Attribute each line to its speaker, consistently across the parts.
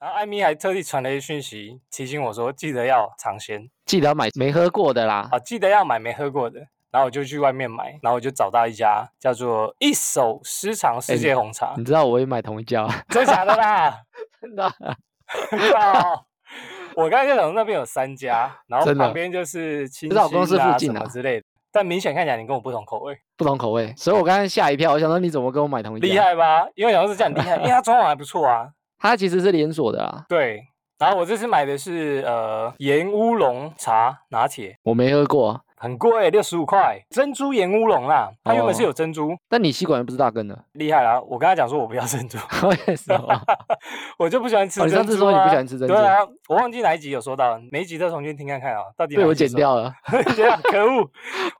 Speaker 1: 然后艾米还特地传了一讯息提醒我说，记得要尝鲜
Speaker 2: 记得要买没喝过的啦。
Speaker 1: 啊，记得要买没喝过的。然后我就去外面买，然后我就找到一家叫做一手私藏世
Speaker 2: 哎
Speaker 1: 界红茶，
Speaker 2: 你知道我也买同一家，
Speaker 1: 真假的啦？
Speaker 2: 真的啊。
Speaker 1: 靠我刚才就想说那边有三家，然后
Speaker 2: 真的
Speaker 1: 旁边就是清
Speaker 2: 知道我公司
Speaker 1: 新啊
Speaker 2: 附近
Speaker 1: 什么
Speaker 2: 啊
Speaker 1: 之类的，但明显看起来你跟我不同口味，
Speaker 2: 不同口味，所以我刚刚吓一跳，我想说你怎么跟我买同一家？
Speaker 1: 厉！害吧？因为想说是这样很厉害，因为它装潢还不错啊。
Speaker 2: 它其实是连锁的啊，
Speaker 1: 对，然后我这次买的是呃盐乌龙茶拿铁，
Speaker 2: 我没喝过，
Speaker 1: 很贵，六十五块，珍珠盐乌龙啦，它原本是
Speaker 2: 哦
Speaker 1: 有珍珠，
Speaker 2: 但你吸管又不是大根的，
Speaker 1: 厉害啦！我跟他讲说我不要珍珠，
Speaker 2: 我也是哦。
Speaker 1: 我就不喜欢吃
Speaker 2: 哦
Speaker 1: 珍
Speaker 2: 你
Speaker 1: 珠、啊
Speaker 2: 上次说你不喜欢吃珍珠
Speaker 1: 对啊，我忘记哪一集有说到，每一集都重新听看看啊，到底哪
Speaker 2: 被我
Speaker 1: 一集
Speaker 2: 剪
Speaker 1: 说
Speaker 2: 掉了。
Speaker 1: 这样可恶！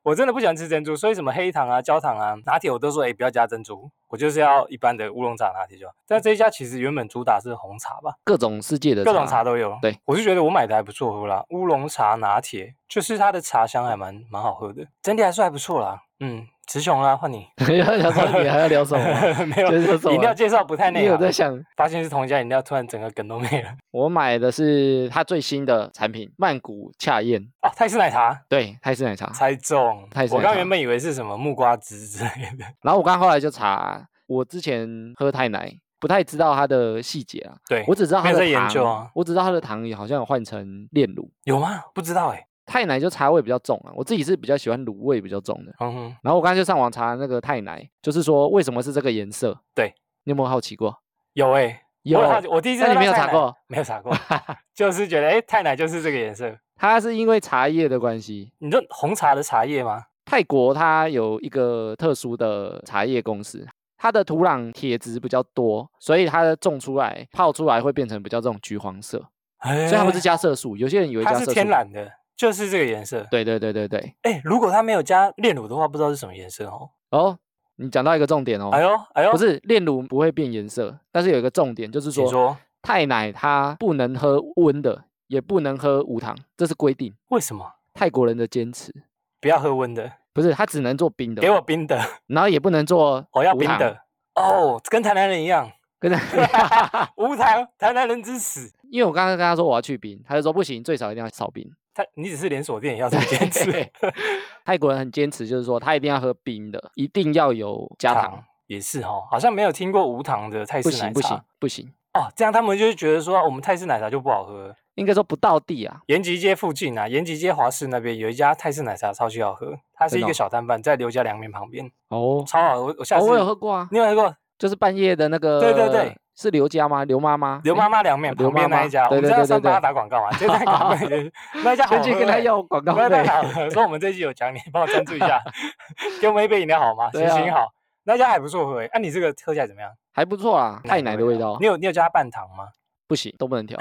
Speaker 1: 我真的不喜欢吃珍珠，所以什么黑糖啊、焦糖啊、拿铁我都说，哎、不要加珍珠，我就是要一般的乌龙茶拿铁就好。但这一家其实原本主打是红茶吧，
Speaker 2: 各种世界的
Speaker 1: 各种茶都有。
Speaker 2: 嗯对，
Speaker 1: 我是觉得我买的还不错喝啦，乌龙茶拿铁，就是它的茶香还蛮蛮好喝的，整体来说还不错啦。嗯，词穷啦，换你。
Speaker 2: 要聊什么？你还要聊什么？
Speaker 1: 没有
Speaker 2: 就是说什么
Speaker 1: 饮料介绍不太
Speaker 2: 你
Speaker 1: 内
Speaker 2: 有
Speaker 1: 行
Speaker 2: 在，想，
Speaker 1: 发现是同一家饮料，突然整个梗都没了。
Speaker 2: 我买的是它最新的产品——曼谷恰宴，
Speaker 1: 哦，泰式奶茶，
Speaker 2: 对，泰式奶茶。
Speaker 1: 猜中
Speaker 2: 泰。式
Speaker 1: 我
Speaker 2: 奶
Speaker 1: 刚
Speaker 2: 茶
Speaker 1: 原本以为是什么木瓜汁之类的。
Speaker 2: 然后我刚后来就查，我之前喝太奶，不太知道它的细节啊，
Speaker 1: 对，
Speaker 2: 我只知道
Speaker 1: 没
Speaker 2: 它
Speaker 1: 有
Speaker 2: 的
Speaker 1: 在研究
Speaker 2: 糖
Speaker 1: 啊
Speaker 2: 我只知道它的糖也好像有换成炼乳。
Speaker 1: 有吗？不知道哎、
Speaker 2: 太奶就茶味比较重啊，我自己是比较喜欢卤味比较重的。
Speaker 1: 嗯哼。
Speaker 2: 然后我刚才就上网查那个太奶，就是说为什么是这个颜色？
Speaker 1: 对，
Speaker 2: 你有没有好奇过？
Speaker 1: 有哎、欸，
Speaker 2: 有
Speaker 1: 我好奇我第一次
Speaker 2: 那你
Speaker 1: 喝
Speaker 2: 没
Speaker 1: 到
Speaker 2: 有
Speaker 1: 太
Speaker 2: 查
Speaker 1: 奶
Speaker 2: 过？
Speaker 1: 没有查过， 就是觉得哎、欸太奶就是这个颜色。
Speaker 2: 它是因为茶叶的关系，
Speaker 1: 你说红茶的茶叶吗？
Speaker 2: 泰国它有一个特殊的茶叶公司，它的土壤铁质比较多，所以它的种出来泡出来会变成比较这种橘黄色，
Speaker 1: 哎
Speaker 2: 所以它不是加色素，有些人以为
Speaker 1: 它
Speaker 2: 加
Speaker 1: 是
Speaker 2: 色素。
Speaker 1: 天然的，就是这个颜色。
Speaker 2: 对对对对对。
Speaker 1: 哎、如果它没有加炼乳的话，不知道是什么颜色哦。
Speaker 2: 哦，你讲到一个重点哦，
Speaker 1: 哎呦哎呦，
Speaker 2: 不是炼乳不会变颜色，但是有一个重点就是
Speaker 1: 请
Speaker 2: 说，
Speaker 1: 说
Speaker 2: 太奶它不能喝温的，也不能喝无糖，这是规定，
Speaker 1: 为什么
Speaker 2: 泰国人的坚持。
Speaker 1: 不要喝温的？
Speaker 2: 不是，它只能做冰的
Speaker 1: 给，我冰的，
Speaker 2: 然后也不能做
Speaker 1: 我要
Speaker 2: 无
Speaker 1: 冰
Speaker 2: 糖，
Speaker 1: 的。哦，跟台南人一样，
Speaker 2: 跟他，
Speaker 1: 无糖，台南人之死。
Speaker 2: 因为我刚刚跟他说我要去冰，他就说不行，最少一定要少冰。，
Speaker 1: 他你只是连锁店也要这么坚持
Speaker 2: 泰国人很坚持，就是说他一定要喝冰的，一定要有加糖，
Speaker 1: 糖也是哦，好像没有听过无糖的泰式
Speaker 2: 不
Speaker 1: 奶茶。
Speaker 2: 行不行不行，
Speaker 1: 哦，这样他们就会觉得说我们泰式奶茶就不好喝了。
Speaker 2: 应该说不到地啊，
Speaker 1: 延吉街附近啊，延吉街华市那边有一家泰式奶茶超级好喝，它是
Speaker 2: 真
Speaker 1: 一
Speaker 2: 的
Speaker 1: 个
Speaker 2: 哦
Speaker 1: 小摊贩，在刘家凉面旁边，
Speaker 2: 哦，
Speaker 1: 超好喝。我我下
Speaker 2: 哦
Speaker 1: 次、
Speaker 2: 我有喝过啊，
Speaker 1: 你有喝过
Speaker 2: 就是半夜的那个，
Speaker 1: 对对对，
Speaker 2: 是刘家吗？刘妈妈，
Speaker 1: 刘
Speaker 2: 诶
Speaker 1: 妈妈凉面
Speaker 2: 哎刘
Speaker 1: 旁边
Speaker 2: 妈
Speaker 1: 那
Speaker 2: 妈
Speaker 1: 一家？
Speaker 2: 对
Speaker 1: 我们这
Speaker 2: 对
Speaker 1: 样
Speaker 2: 对
Speaker 1: 算
Speaker 2: 对
Speaker 1: 帮他
Speaker 2: 对
Speaker 1: 打广告啊，这 在广告那一 家好
Speaker 2: 先
Speaker 1: 喝、
Speaker 2: 去跟他
Speaker 1: 欸。
Speaker 2: 要广告
Speaker 1: 那
Speaker 2: 费
Speaker 1: 家。好喝，说我们这一集有奖你，帮我赞助一下， 给我们一杯饮料好吗？
Speaker 2: 对
Speaker 1: 行
Speaker 2: 啊
Speaker 1: 行好，那家还不错喝、欸。那、你这个喝起来怎么样？
Speaker 2: 还不错 啦，太奶的味道
Speaker 1: 你有你有加半糖吗？
Speaker 2: 不行，都不能调，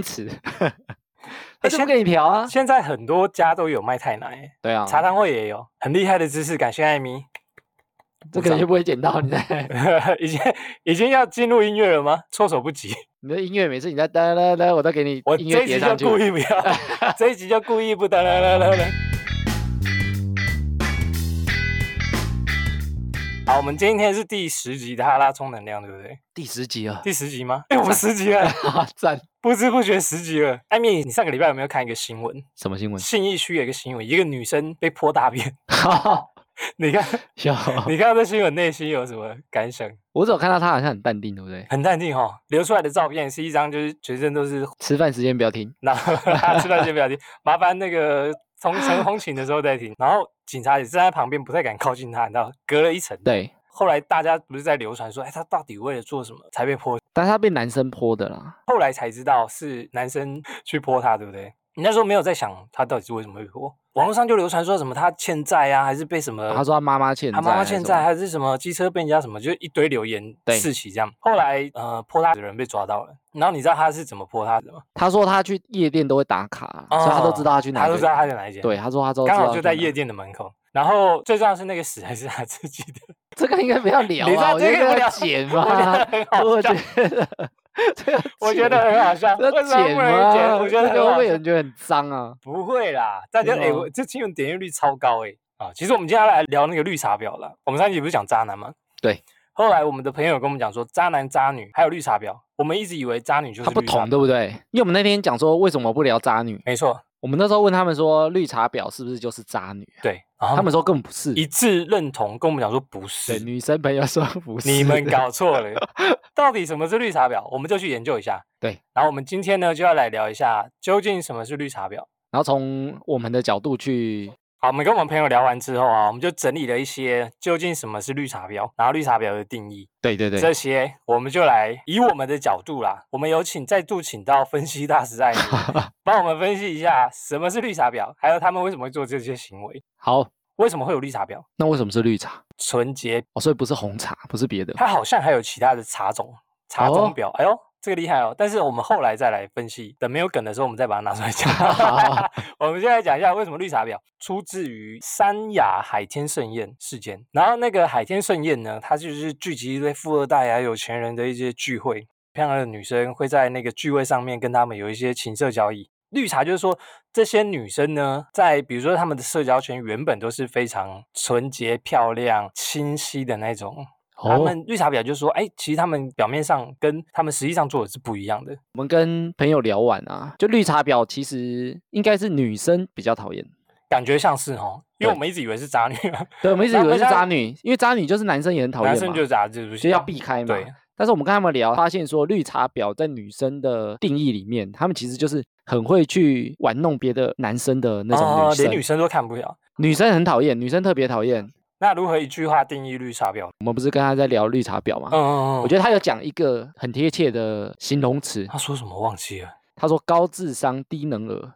Speaker 2: 持。
Speaker 1: 哎
Speaker 2: 他就
Speaker 1: 先
Speaker 2: 不给你调啊？
Speaker 1: 现在很多家都有卖太奶、欸
Speaker 2: 对啊，
Speaker 1: 茶汤会也有，很厉害的知识，感谢艾米。
Speaker 2: 这可能就不会捡到你在
Speaker 1: 已经已经要进入音乐了吗？措手不及，
Speaker 2: 你的音乐，每次你在哒哒哒，我都给你
Speaker 1: 我
Speaker 2: 音
Speaker 1: 这
Speaker 2: 乐
Speaker 1: 一
Speaker 2: 叠
Speaker 1: 集
Speaker 2: 上去
Speaker 1: 就。故意不要， 这一集就故意不得了了了了。好，我们今天是第十集的哈拉充能量，对不对？
Speaker 2: 第十集了，
Speaker 1: 第十集吗？哎、我们十集了，
Speaker 2: 啊，赞！
Speaker 1: 不知不觉十集了。艾米，你上个礼拜有没有看一个新闻？
Speaker 2: 什么新 闻？
Speaker 1: 信义区有一个新闻，一个女生被泼大便。 你看，
Speaker 2: 笑，
Speaker 1: 你看到这新闻内心有什么感想？
Speaker 2: 我只有看到他好像很淡定，对不对？
Speaker 1: 很淡定哦，流出来的照片是一张就是全身都是
Speaker 2: 吃饭时间不要听，
Speaker 1: 然后 他吃饭先不要听，麻烦那个从陈红寝的时候再听。然后警察也站在旁边，不太敢靠近他，你知道，隔了一层。
Speaker 2: 对，
Speaker 1: 后来大家不是在流传说，哎，他到底为了做什么才被泼？
Speaker 2: 但是他被男生泼的啦。
Speaker 1: 后来才知道是男生 去泼他，对不对？你那时候没有在想他到底是为什么被泼？网络上就流传说什么他欠债啊，还是被什么？
Speaker 2: 他说他妈妈欠债
Speaker 1: 他
Speaker 2: 还是什么，
Speaker 1: 妈妈欠债，还是什么机车被人家什么，就是一堆留言
Speaker 2: 对
Speaker 1: 四起这样。后来呃，泼他的人被抓到了，然后你知道他是怎么泼他的吗？
Speaker 2: 他说他去夜店都会打卡，啊所以他都知道他去
Speaker 1: 哦
Speaker 2: 哪
Speaker 1: 他
Speaker 2: 里。
Speaker 1: 都知道他在哪一间。
Speaker 2: 对，他说他都知
Speaker 1: 刚
Speaker 2: 道
Speaker 1: 好
Speaker 2: 他
Speaker 1: 就
Speaker 2: 去
Speaker 1: 在
Speaker 2: 哪
Speaker 1: 夜店的门口。然后最重要的是那个屎还是他自己的，
Speaker 2: 这个应该不要聊
Speaker 1: 你知
Speaker 2: 啊，
Speaker 1: 道
Speaker 2: 我
Speaker 1: 这
Speaker 2: 觉
Speaker 1: 个
Speaker 2: 得
Speaker 1: 不
Speaker 2: 要
Speaker 1: 聊
Speaker 2: 剪
Speaker 1: 我觉
Speaker 2: 吧
Speaker 1: 得，很好
Speaker 2: 我
Speaker 1: 笑
Speaker 2: 觉，得 这个
Speaker 1: 我觉
Speaker 2: 剪
Speaker 1: 得很好笑，
Speaker 2: 这
Speaker 1: 为什么
Speaker 2: 剪
Speaker 1: 不能剪？
Speaker 2: 吗？
Speaker 1: 我觉得
Speaker 2: 这
Speaker 1: 很
Speaker 2: 个会不
Speaker 1: 好
Speaker 2: 会有
Speaker 1: 笑
Speaker 2: 人觉得很脏啊？
Speaker 1: 不会啦，大家
Speaker 2: 真的
Speaker 1: 哎，
Speaker 2: 吗
Speaker 1: 我这新闻点阅率超高哎啊！其实我们接下来聊那个绿茶婊了，我们上一集不是讲渣男吗？
Speaker 2: 对。
Speaker 1: 后来我们的朋友跟我们讲说，渣男渣女还有绿茶婊，我们一直以为渣女就是
Speaker 2: 它不
Speaker 1: 绿茶
Speaker 2: 同，对不对？因为我们那天讲说为什么不聊渣女，
Speaker 1: 没错，
Speaker 2: 我们那时候问他们说绿茶婊是不是就是渣女，
Speaker 1: 对。然后
Speaker 2: 他们说根本不是。
Speaker 1: 哦一致认同，跟我们讲说不
Speaker 2: 对，
Speaker 1: 是，
Speaker 2: 女生朋友说不是。
Speaker 1: 你们搞错了。到底什么是绿茶婊？我们就去研究一下。
Speaker 2: 对，
Speaker 1: 然后我们今天呢就要来聊一下，究竟什么是绿茶婊。
Speaker 2: 然后从我们的角度去，
Speaker 1: 好，我们跟我们朋友聊完之后啊，我们就整理了一些究竟什么是绿茶婊，然后绿茶婊的定义，
Speaker 2: 对对对
Speaker 1: 这，些我们就来以我们的角度啦， 我们有请再度请到分析大师艾 米帮我们分析一下什么是绿茶婊，还有他们为什么会做这些行为，
Speaker 2: 好，
Speaker 1: 为什么会有绿茶婊？
Speaker 2: 那为什么是绿茶？
Speaker 1: 纯洁，
Speaker 2: 哦，所以不是红茶，不是 别的。
Speaker 1: 它好像还有其他的茶种，茶
Speaker 2: 哦
Speaker 1: 种婊，哎呦。这个厉害哦，但是我们后来再来分析，等没有梗的时候，我们再把它拿出来 讲
Speaker 2: 好。
Speaker 1: 我们先来讲一下为什么绿茶婊出自于三亚海天盛宴事件。然后那个海天盛宴呢，它就是聚集一堆富二代啊、有钱人的一些聚会，漂亮的女生会在那个聚会上面跟他们有一些情色交易。绿茶就是说，这些女生呢，在比如说她们的社交圈原本都是非常纯洁、漂亮、清晰的那种，他
Speaker 2: 哦
Speaker 1: 们绿茶婊就说，哎，其实他们表面上跟他们实际上做的是不一样的。
Speaker 2: 我们跟朋友聊完啊，就绿茶婊其实应该是女生比较讨厌，
Speaker 1: 感觉像是哦，因为我
Speaker 2: 对
Speaker 1: 们一直以为是渣女，啊
Speaker 2: 对，我们一直
Speaker 1: 然
Speaker 2: 以
Speaker 1: 后
Speaker 2: 为是
Speaker 1: 像
Speaker 2: 渣女，因为渣女就是男生也很讨厌嘛，
Speaker 1: 男生就渣，就是不
Speaker 2: 所
Speaker 1: 行
Speaker 2: 以要避开嘛。
Speaker 1: 对。
Speaker 2: 但是我们跟他们聊，发现说绿茶婊在女生的定义里面，他们其实就是很会去玩弄别的男生的那种
Speaker 1: 哦
Speaker 2: 女生，
Speaker 1: 连女生都看不了。
Speaker 2: 女生很讨厌，女生特别讨厌。
Speaker 1: 那如何一句话定义绿茶婊？
Speaker 2: 我们不是跟他在聊绿茶婊吗？
Speaker 1: 嗯嗯嗯，
Speaker 2: 我觉得他有讲一个很贴切的形容词，
Speaker 1: 他说什么忘记 了，
Speaker 2: 他说高智商低能儿。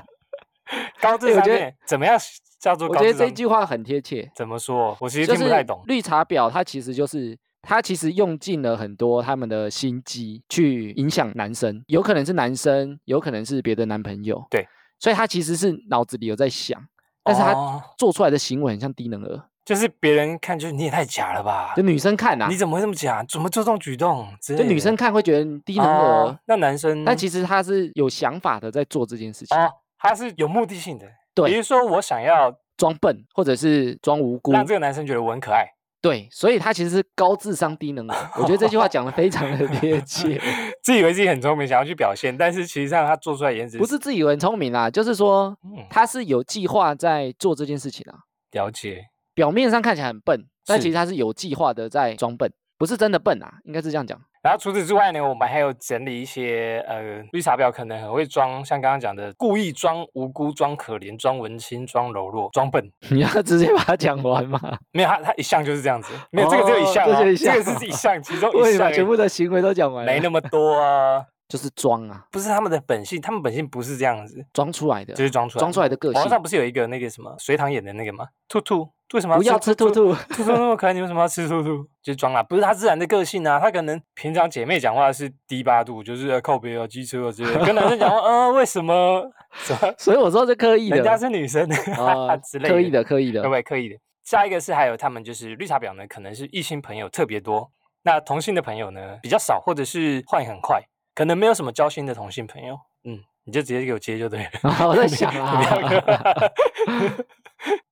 Speaker 1: 高智
Speaker 2: 我
Speaker 1: 商
Speaker 2: 觉得
Speaker 1: 恋怎么样叫做
Speaker 2: 我
Speaker 1: 高
Speaker 2: 觉
Speaker 1: 智
Speaker 2: 得
Speaker 1: 商？
Speaker 2: 这句话很贴切，
Speaker 1: 怎么说？我其实
Speaker 2: 就
Speaker 1: 听
Speaker 2: 是
Speaker 1: 不太懂。
Speaker 2: 绿茶婊，它其实就是它其实用尽了很多他们的心机去影响男生，有可能是男生，有可能是别的男朋友。
Speaker 1: 对，
Speaker 2: 所以他其实是脑子里有在想，但是他
Speaker 1: 哦
Speaker 2: 做出来的行为很像低能儿，
Speaker 1: 就是别人看，就是你也太假了吧
Speaker 2: 就？女生看啊
Speaker 1: 你，怎么会这么假？怎么做这种举动之类
Speaker 2: 就
Speaker 1: 的？
Speaker 2: 女生看会觉得你低
Speaker 1: 低
Speaker 2: 能儿，
Speaker 1: 哦
Speaker 2: 啊
Speaker 1: 那男生
Speaker 2: 但其实他是有想法的在做这件事情，
Speaker 1: 哦，他是有目的性的。
Speaker 2: 对
Speaker 1: 比如说我想要
Speaker 2: 装笨或者是装无辜。
Speaker 1: 让这个男生觉得我很可爱，
Speaker 2: 对，所以他其实是高智商低能儿。我觉得这句话讲的非常 的贴切。
Speaker 1: 自以为自己很聪明，想要去表现，但是其实上他做出来颜值
Speaker 2: 不是自以为很聪明啦，就是说
Speaker 1: 嗯
Speaker 2: 他是有计划在做这件事情啊。
Speaker 1: 了解。
Speaker 2: 表面上看起来很笨，但
Speaker 1: 是
Speaker 2: 其实他是有计划的在装笨，不是真的笨啊，应该是这 样讲。
Speaker 1: 然后除此之外呢，我们还有整理一些呃绿茶婊可能很会装，像刚刚讲的故意装无辜、装可怜、装文青、装柔弱、装笨。
Speaker 2: 你要直接把它讲完吗？
Speaker 1: 没有，他他一项就是这样子，没有这个只有一
Speaker 2: 哦
Speaker 1: 项、
Speaker 2: 这
Speaker 1: 哦，
Speaker 2: 就一
Speaker 1: 这
Speaker 2: 项
Speaker 1: 个是一项，其中 一
Speaker 2: 我以为
Speaker 1: 项
Speaker 2: 把
Speaker 1: 而
Speaker 2: 全
Speaker 1: 已
Speaker 2: 部的行为都讲完了，
Speaker 1: 啊没那么多啊，
Speaker 2: 就是装啊，
Speaker 1: 不是他们的本性，他们本性不是这样子，
Speaker 2: 装出来的
Speaker 1: 就，是装出来
Speaker 2: 装出来
Speaker 1: 的。
Speaker 2: 的个
Speaker 1: 网
Speaker 2: 性
Speaker 1: 上。不是有一个那个什么隋唐演的那个吗？兔兔为什么
Speaker 2: 不要吃兔兔，
Speaker 1: 兔兔那么可爱，你为什么要吃兔兔？就装啦，不是他自然的个性啊。他可能平常姐妹讲话是低八度，就是呃靠别啊、机车啊之类的。跟男生讲话，嗯、为什么？什么？
Speaker 2: 所以我说这刻意的，
Speaker 1: 人家是女生
Speaker 2: 啊
Speaker 1: 之类的，
Speaker 2: 刻意的，刻意的
Speaker 1: 对不，对？刻意的。下一个是还有他们就是绿茶婊呢，可能是异性朋友特别多，那同性的朋友呢比较少，或者是换很快，可能没有什么交心的同性朋友。嗯，你就直接给我接就对了。
Speaker 2: 哦我在 想
Speaker 1: 你不要
Speaker 2: 啊。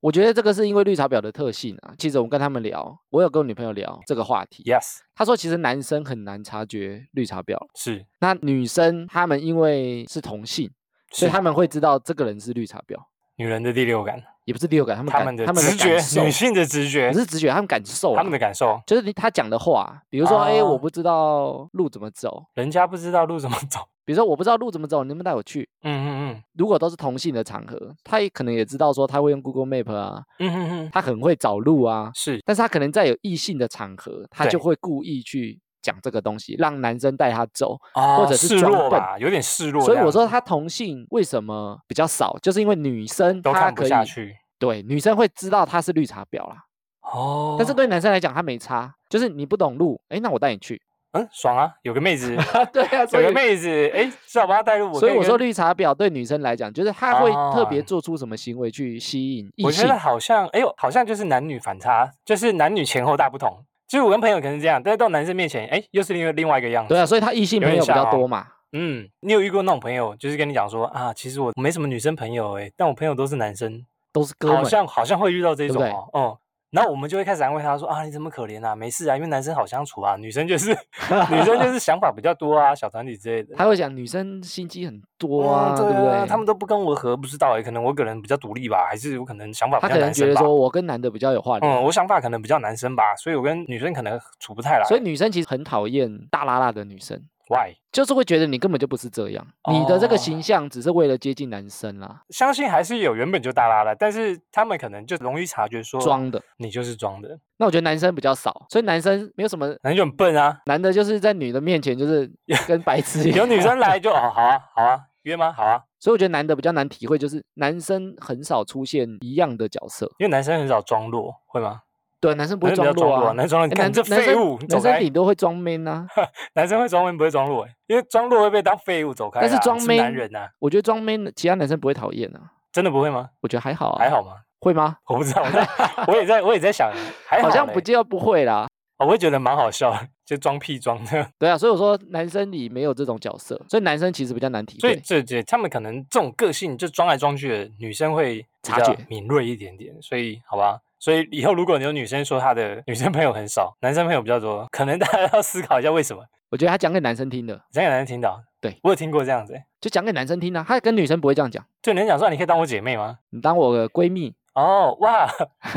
Speaker 2: 我觉得这个是因为绿茶婊的特性啊。其实我们跟他们聊，我有跟我女朋友聊这个话题，
Speaker 1: yes，
Speaker 2: 她说其实男生很难察觉绿茶婊，
Speaker 1: 是
Speaker 2: 那女生她们因为是同性，所
Speaker 1: 是
Speaker 2: 以她们会知道这个人是绿茶婊，
Speaker 1: 女人的第六感，
Speaker 2: 也不是第六感，她们
Speaker 1: 他
Speaker 2: 感
Speaker 1: 们的
Speaker 2: 她们
Speaker 1: 直觉
Speaker 2: 感，受
Speaker 1: 女性的直觉
Speaker 2: 不，是直觉，她们感受啊，
Speaker 1: 他们的感受，
Speaker 2: 就是你她讲的话，比如说，哎、我
Speaker 1: 啊
Speaker 2: 不知道路怎么走，
Speaker 1: 人家不知道路怎么走。
Speaker 2: 比如说我不知道路怎么走，你能不能带我去？
Speaker 1: 嗯嗯
Speaker 2: 如果都是同性的场合，她也可能也知道说她会用 Google Map 啊，
Speaker 1: 嗯嗯嗯嗯，
Speaker 2: 她很会找路啊，
Speaker 1: 是
Speaker 2: 但是她可能在有异性的场合，她就
Speaker 1: 对
Speaker 2: 会故意去讲这个东西，让男生带她走，
Speaker 1: 啊
Speaker 2: 或者是
Speaker 1: 示
Speaker 2: 装
Speaker 1: 弱
Speaker 2: 笨
Speaker 1: 吧，有点示弱这
Speaker 2: 所以
Speaker 1: 样
Speaker 2: 我
Speaker 1: 子。
Speaker 2: 说他同性为什么比较少，就是因为女生
Speaker 1: 都
Speaker 2: 她
Speaker 1: 看不
Speaker 2: 可以
Speaker 1: 下去
Speaker 2: 对女生会知道他是绿茶婊啦，
Speaker 1: 哦。
Speaker 2: 但是对男生来讲他没差，就是你不懂路，哎，那我带 你去。
Speaker 1: 嗯，爽啊，有个妹子，
Speaker 2: 对啊， 所
Speaker 1: 有个
Speaker 2: 以
Speaker 1: 妹子，哎，至少把她带入我。
Speaker 2: 所以我说，绿茶婊对女生来讲，就是她会特别
Speaker 1: 啊
Speaker 2: 做出什么行为去吸引异
Speaker 1: 我觉
Speaker 2: 性
Speaker 1: 得，好像，哎呦，好像就是男女反差，就是男女前后大不同。就是我跟朋友可能是这样，但是到男生面前，哎，又是另外另外一个样子。
Speaker 2: 对啊，所以她异性
Speaker 1: 有
Speaker 2: 朋
Speaker 1: 点
Speaker 2: 友比较
Speaker 1: 像
Speaker 2: 多
Speaker 1: 哦
Speaker 2: 嘛。
Speaker 1: 嗯，你有遇过那种朋友，就是跟你讲说啊，其实我没什么女生朋友，哎，但我朋友都是男生，
Speaker 2: 都是哥
Speaker 1: 好
Speaker 2: 们，
Speaker 1: 像好像会遇到这
Speaker 2: 对不
Speaker 1: 种
Speaker 2: 对
Speaker 1: 哦。哦，然后我们就会开始安慰他说啊，你怎么可怜啊？没事啊，因为男生好相处啊，女生就是 女生就是想法比较多啊，小团体之类的。
Speaker 2: 他会讲女生心机很多啊，
Speaker 1: 哇，对
Speaker 2: 不
Speaker 1: 啊
Speaker 2: 对？
Speaker 1: 他们都不跟我合，不知道哎、可能我个人比较独立吧，还是我可能想法比
Speaker 2: 他
Speaker 1: 较
Speaker 2: 可能
Speaker 1: 男
Speaker 2: 觉
Speaker 1: 生
Speaker 2: 得
Speaker 1: 吧。
Speaker 2: 说我跟男的比较有话聊，
Speaker 1: 嗯，我想法可能比较男生吧，所以我跟女生可能处不太来。
Speaker 2: 所以女生其实很讨厌大拉拉的女生，
Speaker 1: why？
Speaker 2: 就是会觉得你根本就不是这样，你的这个
Speaker 1: 哦
Speaker 2: 形象只是为了接近男生啦，
Speaker 1: 相信还是有原本就大拉的，但是他们可能就容易察觉说
Speaker 2: 装的。
Speaker 1: 你就是装的，
Speaker 2: 那我觉得男生比较少，所以男生没有什么，
Speaker 1: 男生就很笨 啊。
Speaker 2: 男的就是在女的面前就是 跟白痴一样。
Speaker 1: 有女生来就哦，好啊，好啊，约吗？好啊，
Speaker 2: 所以我觉得男的比较难体会，就是男生很少出现一样的角色。
Speaker 1: 因为男生很少装弱，会吗？
Speaker 2: 对，男生不
Speaker 1: 男
Speaker 2: 会
Speaker 1: 生比较
Speaker 2: 装弱
Speaker 1: 装弱，
Speaker 2: 啊。
Speaker 1: 男生装弱，
Speaker 2: 诶
Speaker 1: 看
Speaker 2: 男
Speaker 1: 这
Speaker 2: 男
Speaker 1: 废
Speaker 2: 生
Speaker 1: 物，你走
Speaker 2: 男生
Speaker 1: 开。
Speaker 2: 顶多会装 man 啊，
Speaker 1: 男生会装 man 不会装弱，因为装弱会被当废物走开啊。
Speaker 2: 但是装
Speaker 1: 你男
Speaker 2: man
Speaker 1: 人呐，
Speaker 2: 我觉得装 man 的其他男生不会讨厌啊，
Speaker 1: 真的不会吗？
Speaker 2: 我觉得还好啊。
Speaker 1: 还好吗？
Speaker 2: 会吗？
Speaker 1: 我不知道，我 在我也在我也在想，还
Speaker 2: 好像
Speaker 1: 嘞
Speaker 2: 不叫不会啦。
Speaker 1: 哦我也觉得蛮好笑的，就装屁装 的。
Speaker 2: 对啊，所以我说男生里没有这种角色，所以男生其实比较难体
Speaker 1: 所以
Speaker 2: 会。
Speaker 1: 这这他们可能这种个性就装来装去的，女生会比
Speaker 2: 察
Speaker 1: 较
Speaker 2: 觉
Speaker 1: 敏锐一点点，所以好吧。所以以后如果你有女生说她的女生朋友很少，男生朋友比较多，可能大家要思考一下为什么。
Speaker 2: 我觉得他讲给男生听的，
Speaker 1: 这样有男生听到，
Speaker 2: 对
Speaker 1: 我有听过这样子、欸，
Speaker 2: 就讲给男生听啊，他跟女生不会这样讲。
Speaker 1: 就你讲说你可以当我姐妹吗？
Speaker 2: 你当我的闺蜜，
Speaker 1: 哦，哇，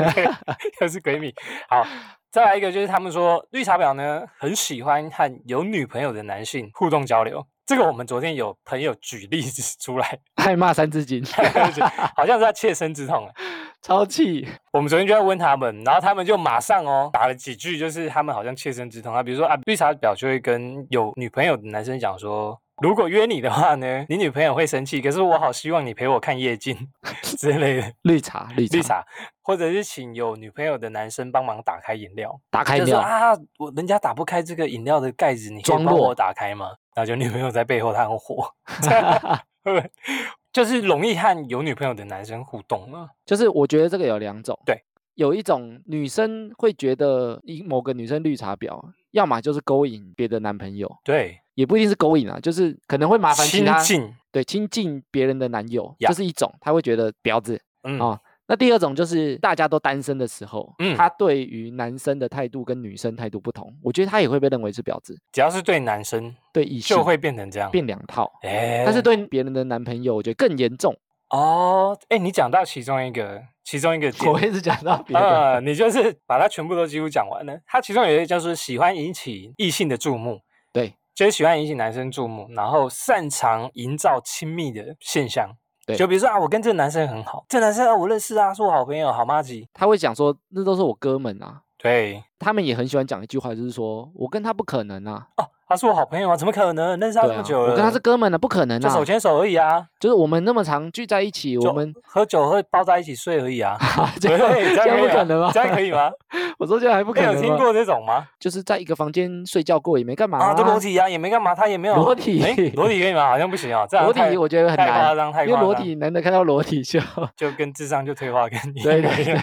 Speaker 1: 又是闺蜜。好，再来一个就是他们说绿茶婊呢很喜欢和有女朋友的男性互动交流。这个我们昨天有朋友举例子出来，
Speaker 2: 爱骂三字经，
Speaker 1: 好像是他切身之痛啊。
Speaker 2: 超气。
Speaker 1: 我们昨天就在问他们，然后他们就马上哦打了几句，就是他们好像切身之痛啊。比如说啊，绿茶婊就会跟有女朋友的男生讲说，如果约你的话呢，你女朋友会生气，可是我好希望你陪我看夜景 之类的。
Speaker 2: 绿茶，绿茶，
Speaker 1: 绿茶，或者是请有女朋友的男生帮忙打开饮料，
Speaker 2: 打开
Speaker 1: 就说
Speaker 2: 尿，
Speaker 1: 啊，我人家打不开这个饮料的盖子，你可以
Speaker 2: 装
Speaker 1: 帮我
Speaker 2: 弱
Speaker 1: 打开吗？然后就女朋友在背后她很火， 会不会就是容易和有女朋友的男生互动嘛。
Speaker 2: 就是我觉得这个有两种，
Speaker 1: 对，
Speaker 2: 有一种女生会觉得一某个女生绿茶婊，要么就是勾引别的男朋友，
Speaker 1: 对，
Speaker 2: 也不一定是勾引啊，就是可能会麻烦其
Speaker 1: 亲
Speaker 2: 他
Speaker 1: 近，
Speaker 2: 对亲近别人的男友，
Speaker 1: 呀
Speaker 2: 这是一种，他会觉得婊子。
Speaker 1: 嗯，
Speaker 2: 哦那第二种就是大家都单身的时候，
Speaker 1: 嗯
Speaker 2: 他对于男生的态度跟女生态度不同，我觉得他也会被认为是婊子，
Speaker 1: 只要是对男生
Speaker 2: 对异性
Speaker 1: 就会变成这样。
Speaker 2: 变两套。
Speaker 1: 哎，
Speaker 2: 但是对别人的男朋友，我觉得更 严重。
Speaker 1: 哦，哎，你讲到其中一个，其中一个点，
Speaker 2: 也是讲到别
Speaker 1: 呃，你就是把它全部都几乎讲完了。它其中有一个就是喜欢引起异性的注目，
Speaker 2: 对，
Speaker 1: 就是喜欢引起男生注目，然后擅长营造亲密的现象。
Speaker 2: 对
Speaker 1: 就比如说啊，我跟这个男生很好，这个男生啊我认识啊，是我好朋友，好妈吉。
Speaker 2: 他会讲说那都是我哥们啊，
Speaker 1: 对，
Speaker 2: 他们也很喜欢讲一句话，就是说我跟他不可能啊，
Speaker 1: 他是我好朋友啊，怎么可能认识他
Speaker 2: 对
Speaker 1: 这
Speaker 2: 啊
Speaker 1: 么，久了？
Speaker 2: 我跟他是哥们啊，不可能
Speaker 1: 就
Speaker 2: 啊
Speaker 1: 手，牵手而已啊，
Speaker 2: 就是我们那么常聚在一起，
Speaker 1: 就
Speaker 2: 我 们
Speaker 1: 喝酒喝抱在一起睡而已啊。
Speaker 2: 这
Speaker 1: 对，
Speaker 2: 样
Speaker 1: 这
Speaker 2: 这
Speaker 1: 样
Speaker 2: 样
Speaker 1: 可以啊
Speaker 2: 不可能吗？
Speaker 1: 这样可以吗？
Speaker 2: 我说这 样还不
Speaker 1: 你
Speaker 2: 可能
Speaker 1: 有
Speaker 2: 吗？
Speaker 1: 听过这种吗？
Speaker 2: 就是在一个房间睡觉过也没干嘛
Speaker 1: 啊，都裸体啊，也没干嘛，他也没有
Speaker 2: 裸体
Speaker 1: 诶裸体可以吗？好像不行啊，这样
Speaker 2: 裸
Speaker 1: 太
Speaker 2: 体我觉得很
Speaker 1: 太夸
Speaker 2: 难，
Speaker 1: 张，太
Speaker 2: 因为
Speaker 1: 夸
Speaker 2: 裸
Speaker 1: 张
Speaker 2: 体男的看到裸体就
Speaker 1: 就跟智商就退化跟你
Speaker 2: 对对对，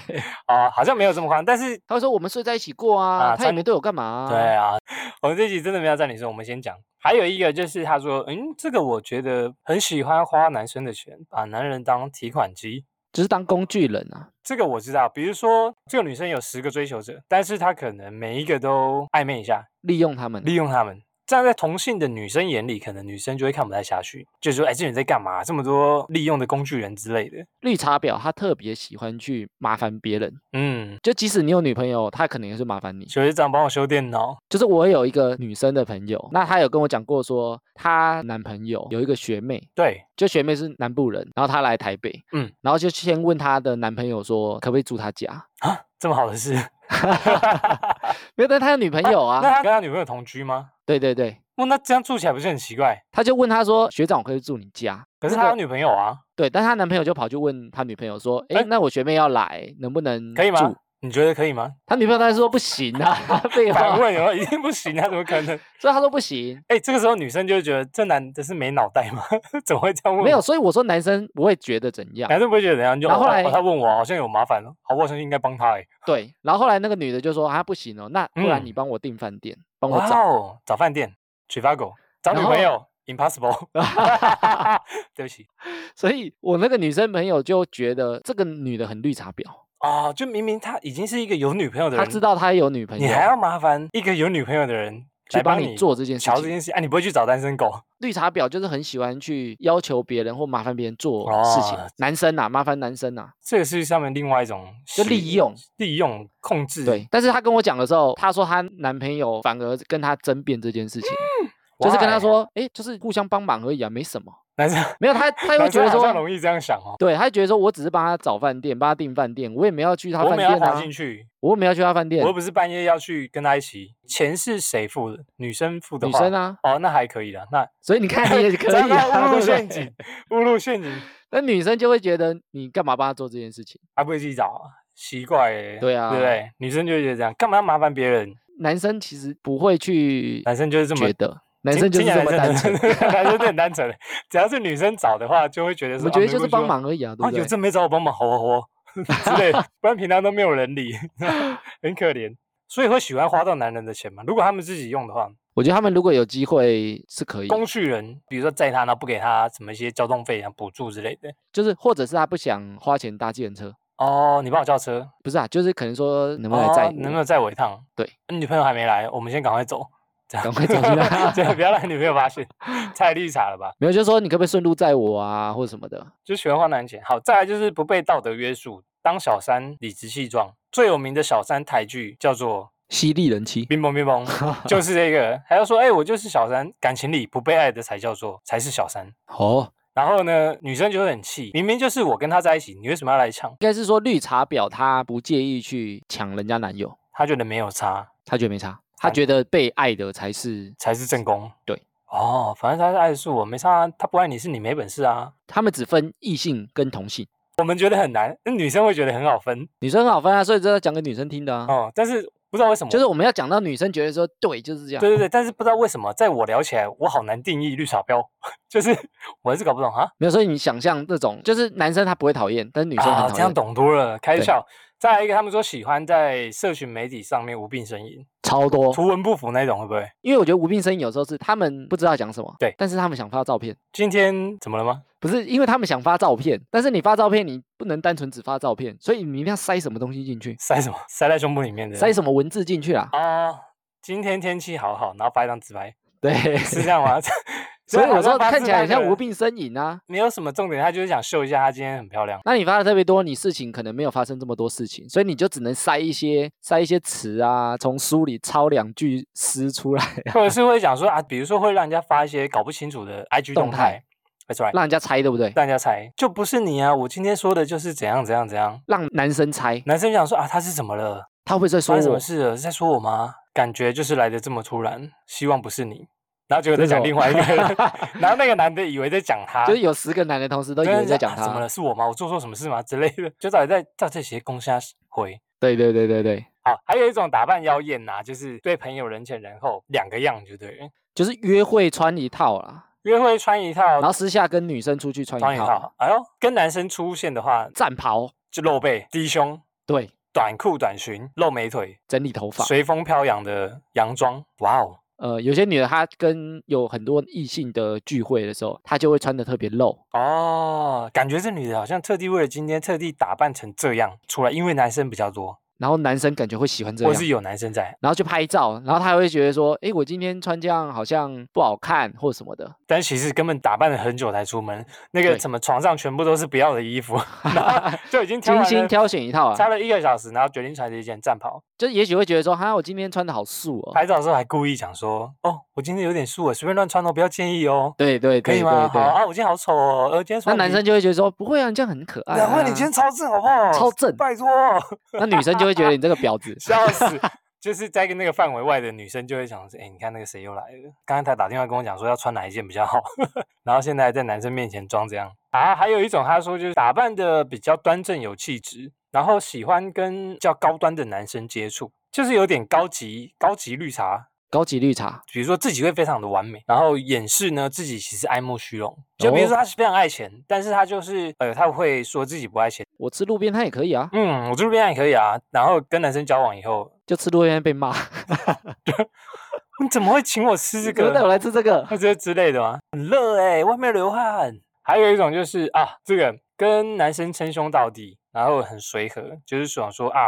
Speaker 1: 啊，好像没有这么夸张，但是
Speaker 2: 他会说我们睡在一起过
Speaker 1: 啊
Speaker 2: 啊，他也
Speaker 1: 穿
Speaker 2: 没对我干嘛啊，
Speaker 1: 对啊，我们这集真的没有在你说，我们先讲。还有一个就是他说，嗯，这个我觉得很喜欢花男生的钱，把男人当提款机。
Speaker 2: 只是当工具人啊，
Speaker 1: 这个我知道，比如说这个女生有十个追求者，但是她可能每一个都暧昧一下，
Speaker 2: 利用他们。
Speaker 1: 利用他们。站在同性的女生眼里，可能女生就会看不太下去，就是说，哎，这女人在干嘛？这么多利用的工具人之类的。
Speaker 2: 绿茶婊他特别喜欢去麻烦别人，
Speaker 1: 嗯，
Speaker 2: 就即使你有女朋友，他可能也是麻烦你。
Speaker 1: 学长帮我修电脑，
Speaker 2: 就是我有一个女生的朋
Speaker 1: 嗯
Speaker 2: 友，那她有跟我讲过说，她男朋友有一个学妹，
Speaker 1: 对，
Speaker 2: 就学妹是南部人，然后她来台北，
Speaker 1: 嗯，
Speaker 2: 然后就先问她的男朋友说可不可以住她家，
Speaker 1: 啊，这么好的事。
Speaker 2: 没有，但她有女朋友
Speaker 1: 那
Speaker 2: 啊，
Speaker 1: 他跟他女朋友同居吗？
Speaker 2: 对对对，
Speaker 1: 哇，那这样住起来不是很奇怪？
Speaker 2: 他就问他说：“学长，我可以住你家？”
Speaker 1: 可是
Speaker 2: 那
Speaker 1: 他有
Speaker 2: 个
Speaker 1: 女朋友啊，
Speaker 2: 对，但他男朋友就跑去问他女朋友说：“哎、
Speaker 1: 哎
Speaker 2: 那我学妹要来，能不能
Speaker 1: 可以吗
Speaker 2: 住？”
Speaker 1: 你觉得可以 吗？
Speaker 2: 他女朋友当然说不行啊， 废话
Speaker 1: 反，问有没有一定不行啊，怎么可能？
Speaker 2: 所以他说不行，
Speaker 1: 哎、这个时候女生就会觉得这男的是没脑袋吗？ 怎么会这样问？
Speaker 2: 没有，，所以我说男生不会觉得怎样，
Speaker 1: 男生不会觉得怎样？就
Speaker 2: 然后
Speaker 1: 哦
Speaker 2: 后来
Speaker 1: 哦他问我好像有麻烦了，哦好，我好像应该帮他哎、
Speaker 2: 对。然后后来那个女的就说：“啊，不行哦，那不然
Speaker 1: 嗯
Speaker 2: 你帮我订饭店，帮我
Speaker 1: 哇
Speaker 2: 找。
Speaker 1: 哦，找饭店娶发狗，找女
Speaker 2: 然
Speaker 1: 朋
Speaker 2: 后
Speaker 1: 友 impossible，对不起，
Speaker 2: 所以我那个女生朋友就觉得这个女的很绿茶婊，
Speaker 1: 啊，就明明他已经是一个有女朋友的
Speaker 2: 他
Speaker 1: 人，
Speaker 2: 知道他有女朋友，
Speaker 1: 你还要麻烦一个有女朋友的人
Speaker 2: 去
Speaker 1: 来
Speaker 2: 帮
Speaker 1: 你
Speaker 2: 你做这件事
Speaker 1: 瞧这
Speaker 2: 情。
Speaker 1: 件事，哎、你不会去找单身狗？
Speaker 2: 绿茶婊就是很喜欢去要求别人或麻烦别人做事情，
Speaker 1: 哦
Speaker 2: 男生呐、麻烦男生啊呐、
Speaker 1: 这个是上面另外一种
Speaker 2: 就
Speaker 1: 使
Speaker 2: 利用
Speaker 1: 利用控制。
Speaker 2: 对，，但是她跟我讲的时候，她说她男朋友反而跟她争辩这件事情，
Speaker 1: 嗯
Speaker 2: 就是跟她，说，哎，就是互相帮忙而已啊，没什么。
Speaker 1: 哦男生
Speaker 2: 没有，她她又
Speaker 1: 男
Speaker 2: 觉
Speaker 1: 生
Speaker 2: 得
Speaker 1: 好像
Speaker 2: 说，
Speaker 1: 容易这样想哦，
Speaker 2: 对，她觉得说我只是帮她找饭店，帮她订饭店，我也没有去她
Speaker 1: 我
Speaker 2: 饭
Speaker 1: 没有要
Speaker 2: 店
Speaker 1: 滑
Speaker 2: 啊
Speaker 1: 进，去，
Speaker 2: 我又没有去她饭
Speaker 1: 我
Speaker 2: 店
Speaker 1: 又，不是半夜要去跟他一起，钱是谁付的？女生付的
Speaker 2: 女
Speaker 1: 话，
Speaker 2: 生啊，
Speaker 1: 哦，那还可以的，那
Speaker 2: 所以你看 你也 可以啊，
Speaker 1: 误入
Speaker 2: 对不
Speaker 1: 陷
Speaker 2: 对
Speaker 1: 阱。，误入陷阱，
Speaker 2: 那女生就会觉得你干嘛帮她做这件事情？
Speaker 1: 还不会自己找啊，奇怪、欸，
Speaker 2: 对啊
Speaker 1: 对不对？女生就会觉得这样，干嘛要麻烦别人？
Speaker 2: 男生其实不会去
Speaker 1: 男生就是这么
Speaker 2: 觉得，男
Speaker 1: 听
Speaker 2: 生就是
Speaker 1: 听起
Speaker 2: 这
Speaker 1: 来
Speaker 2: 么单
Speaker 1: 男生
Speaker 2: 纯。
Speaker 1: 男生就很单纯的。只要是女生找的话，就会觉得
Speaker 2: 我
Speaker 1: 说，
Speaker 2: 们觉
Speaker 1: 啊
Speaker 2: 得就是帮。忙而已啊，
Speaker 1: 没关
Speaker 2: 对
Speaker 1: 系
Speaker 2: 不
Speaker 1: 哦啊，有
Speaker 2: 对？
Speaker 1: 这没找我帮忙，好好好 之类 的，不然平常都没有人理，很可怜。所以会喜欢花到男人的钱嘛？如果他们自己用的话，
Speaker 2: 我觉得他们如果有机会是可以，
Speaker 1: 工具人，比如说载他，然后不给他什么一些交通费啊、补助之类的。
Speaker 2: 就是或者是他不想花钱搭计程车，
Speaker 1: 哦，你帮我叫车，
Speaker 2: 不是啊，就是可能说能不能来
Speaker 1: 哦
Speaker 2: 载我，
Speaker 1: 能不能载我一趟？
Speaker 2: 对，
Speaker 1: 你女朋友还没来，我们先赶快走，这样
Speaker 2: 赶快走去哪
Speaker 1: 对，不要让女朋友发现，太绿茶了吧？
Speaker 2: 没有就说你可不可以顺路载我啊，或者什么的。
Speaker 1: 就喜欢花男钱。好，再来就是不被道德约束，当小三理直气壮。最有名的小三台剧叫做
Speaker 2: 犀利人 妻
Speaker 1: 《冰崩冰崩》，就是这个。还要说，哎、我就是小三，感情里不被爱的才叫做才是小三。
Speaker 2: 哦，
Speaker 1: 然后呢，女生就会很气，明明就是我跟他在一起，你为什么要来抢？
Speaker 2: 应该是说绿茶婊她不介意去抢人家男友，
Speaker 1: 他觉得没有差，
Speaker 2: 她觉得没差，她
Speaker 1: 反
Speaker 2: 觉得被爱的才是
Speaker 1: 才是正宫。
Speaker 2: 对，
Speaker 1: 哦，反正他是爱的是我，没差啊、他不爱你是你没本事啊。
Speaker 2: 他们只分异性跟同性，
Speaker 1: 我们觉得很难，那女生会觉得很好分
Speaker 2: 女生很好分啊，所以这要讲给女生听的啊。
Speaker 1: 哦。但是不知道为什么，
Speaker 2: 就是我们要讲到女生觉得说对，就是这样。
Speaker 1: 对对对，但是不知道为什么，在我聊起来，我好难定义绿茶婊， 就是我还是搞不懂啊。
Speaker 2: 没有，所以你想象那种，就是男生他不会讨厌，但是女生
Speaker 1: 啊
Speaker 2: 很，讨
Speaker 1: 这
Speaker 2: 厌，
Speaker 1: 样懂多了，开
Speaker 2: 对
Speaker 1: 窍。再来一个，他们说喜欢在社群媒体上面无病呻吟、
Speaker 2: 超多。
Speaker 1: 图文不符那种，会不会？
Speaker 2: 因为我觉得无病呻吟有时候是他们不知道讲什么，
Speaker 1: 对
Speaker 2: 但是他们想发照片，
Speaker 1: 今天怎么了吗？
Speaker 2: 不是因为他们想发照片，但是你发照片你不能单纯只发照片，所以你一定要塞什么东西进去，
Speaker 1: 塞什么？ 塞在胸部里面的？
Speaker 2: 塞什么文字进去啦。
Speaker 1: 啊？今天天气好好，然后发一张自 拍，
Speaker 2: 对，
Speaker 1: 是这样 吗？
Speaker 2: 所以
Speaker 1: 好
Speaker 2: 我说
Speaker 1: 啊发
Speaker 2: 看
Speaker 1: 自
Speaker 2: 起来
Speaker 1: 拍
Speaker 2: 很
Speaker 1: 的
Speaker 2: 像
Speaker 1: 人
Speaker 2: 无，病呻吟啊。
Speaker 1: 没有什么重点，他就是想秀一下他今天很漂 亮。
Speaker 2: 那你发的特别多，你事情可能没有发生这么多事情，所以你就只能塞一些塞一些词啊，从书里抄两句诗出来，
Speaker 1: 或者是会讲说啊，比如说会让人家发一些搞不清楚的 IG
Speaker 2: 动
Speaker 1: 动
Speaker 2: 态
Speaker 1: 态，That's right，
Speaker 2: 让人家猜，对不对？
Speaker 1: 让人家猜，就不是你啊，我今天说的就是怎样怎样怎样。
Speaker 2: 让男生猜，
Speaker 1: 男生想说啊，他是怎么了？
Speaker 2: 他会不会在说
Speaker 1: 发生什
Speaker 2: 我
Speaker 1: 么？事了？是在说我吗？感觉就是来的这么突然，希望不是你。然后结果在讲
Speaker 2: 真的哦
Speaker 1: 另外一个人，然后那个男的以为在讲他，
Speaker 2: 就是有十个男的同时都以
Speaker 1: 真的
Speaker 2: 为在
Speaker 1: 是
Speaker 2: 讲
Speaker 1: 啊
Speaker 2: 他。
Speaker 1: 怎么了？是我吗？我做错什么事吗？之类的，就到底在到底这些公虾回。
Speaker 2: 对对对对对，
Speaker 1: 好，还有一种打扮妖艳呐、就是对朋友人前人后两个样，就对了。
Speaker 2: 就是约会穿一套啦，
Speaker 1: 约会穿一套
Speaker 2: 然，后私下跟女生出去穿
Speaker 1: 穿一
Speaker 2: 一套，
Speaker 1: 套。哎呦，跟男生出现的话，
Speaker 2: 战袍，
Speaker 1: 就露背、低胸、
Speaker 2: 对，
Speaker 1: 短裤、短裙、露美腿、
Speaker 2: 整理头发。
Speaker 1: 随风飘扬的洋装。哇哦，
Speaker 2: 呃，有些女的她跟有很多异性的聚会的时候，她就会穿的特别露，
Speaker 1: 哦，感觉这女的好像特地为了今天特地打扮成这样出来，因为男生比较多，
Speaker 2: 然后男生感觉会喜欢这
Speaker 1: 或
Speaker 2: 样
Speaker 1: 是。有男生在，
Speaker 2: 然后去拍照，然后她还会觉得说，诶，我今天穿这样好像不好看，或什么的。
Speaker 1: 但其实根本打扮了很久才出门，那个
Speaker 2: 对
Speaker 1: 什么床上全部都是不要的衣服， 然后就已经挑
Speaker 2: 精
Speaker 1: 完
Speaker 2: 心
Speaker 1: 了
Speaker 2: 挑选一套啊哦
Speaker 1: 差了一个小时，然后决定穿这一件战袍。
Speaker 2: 就是也许会觉得说，哈，我今天穿的好素哦。
Speaker 1: 拍照的时候还故意讲说：“哦，我今天有点素了，随便乱穿哦，不要介意哦。”
Speaker 2: 对对
Speaker 1: 可
Speaker 2: 对
Speaker 1: 以
Speaker 2: 对
Speaker 1: 吗？好
Speaker 2: 对。
Speaker 1: 啊，我今天好丑哦，呃，今天
Speaker 2: 那
Speaker 1: 穿
Speaker 2: 男
Speaker 1: 皮
Speaker 2: 生就会觉得说，不会啊，你这样很可爱、啊。
Speaker 1: 两位，你今天超正好不好？
Speaker 2: 超正
Speaker 1: 拜托，，
Speaker 2: 那女生就会觉得你这个婊子
Speaker 1: 笑死！就是在跟那个范围外的女生就会想说，哎、你看那个谁又来了？刚刚他打电话跟我讲说要穿哪一件比较好， 然后现在还在男生面前装这样啊。还有一种，他说就是打扮的比较端正有气质，然后喜欢跟较高端的男生接触，就是有点高级高级绿茶。
Speaker 2: 高级绿茶，
Speaker 1: 比如说自己会非常的完美，然后掩饰呢自己其实爱慕虚荣。就比如说他是非常爱钱，但是他就是呃他会说自己不爱钱，
Speaker 2: 我吃路边摊也可以啊，
Speaker 1: 嗯，我住路边摊也可以啊。然后跟男生交往以后，
Speaker 2: 就吃路边摊被骂，
Speaker 1: 你怎么会请我吃 这
Speaker 2: 你怎么带我
Speaker 1: 个？
Speaker 2: 来吃这个
Speaker 1: 或？者之类的吗？很欸热哎、外面流汗。还有一种就是啊，这个跟男生称兄道弟，然后很随和，就是想说啊，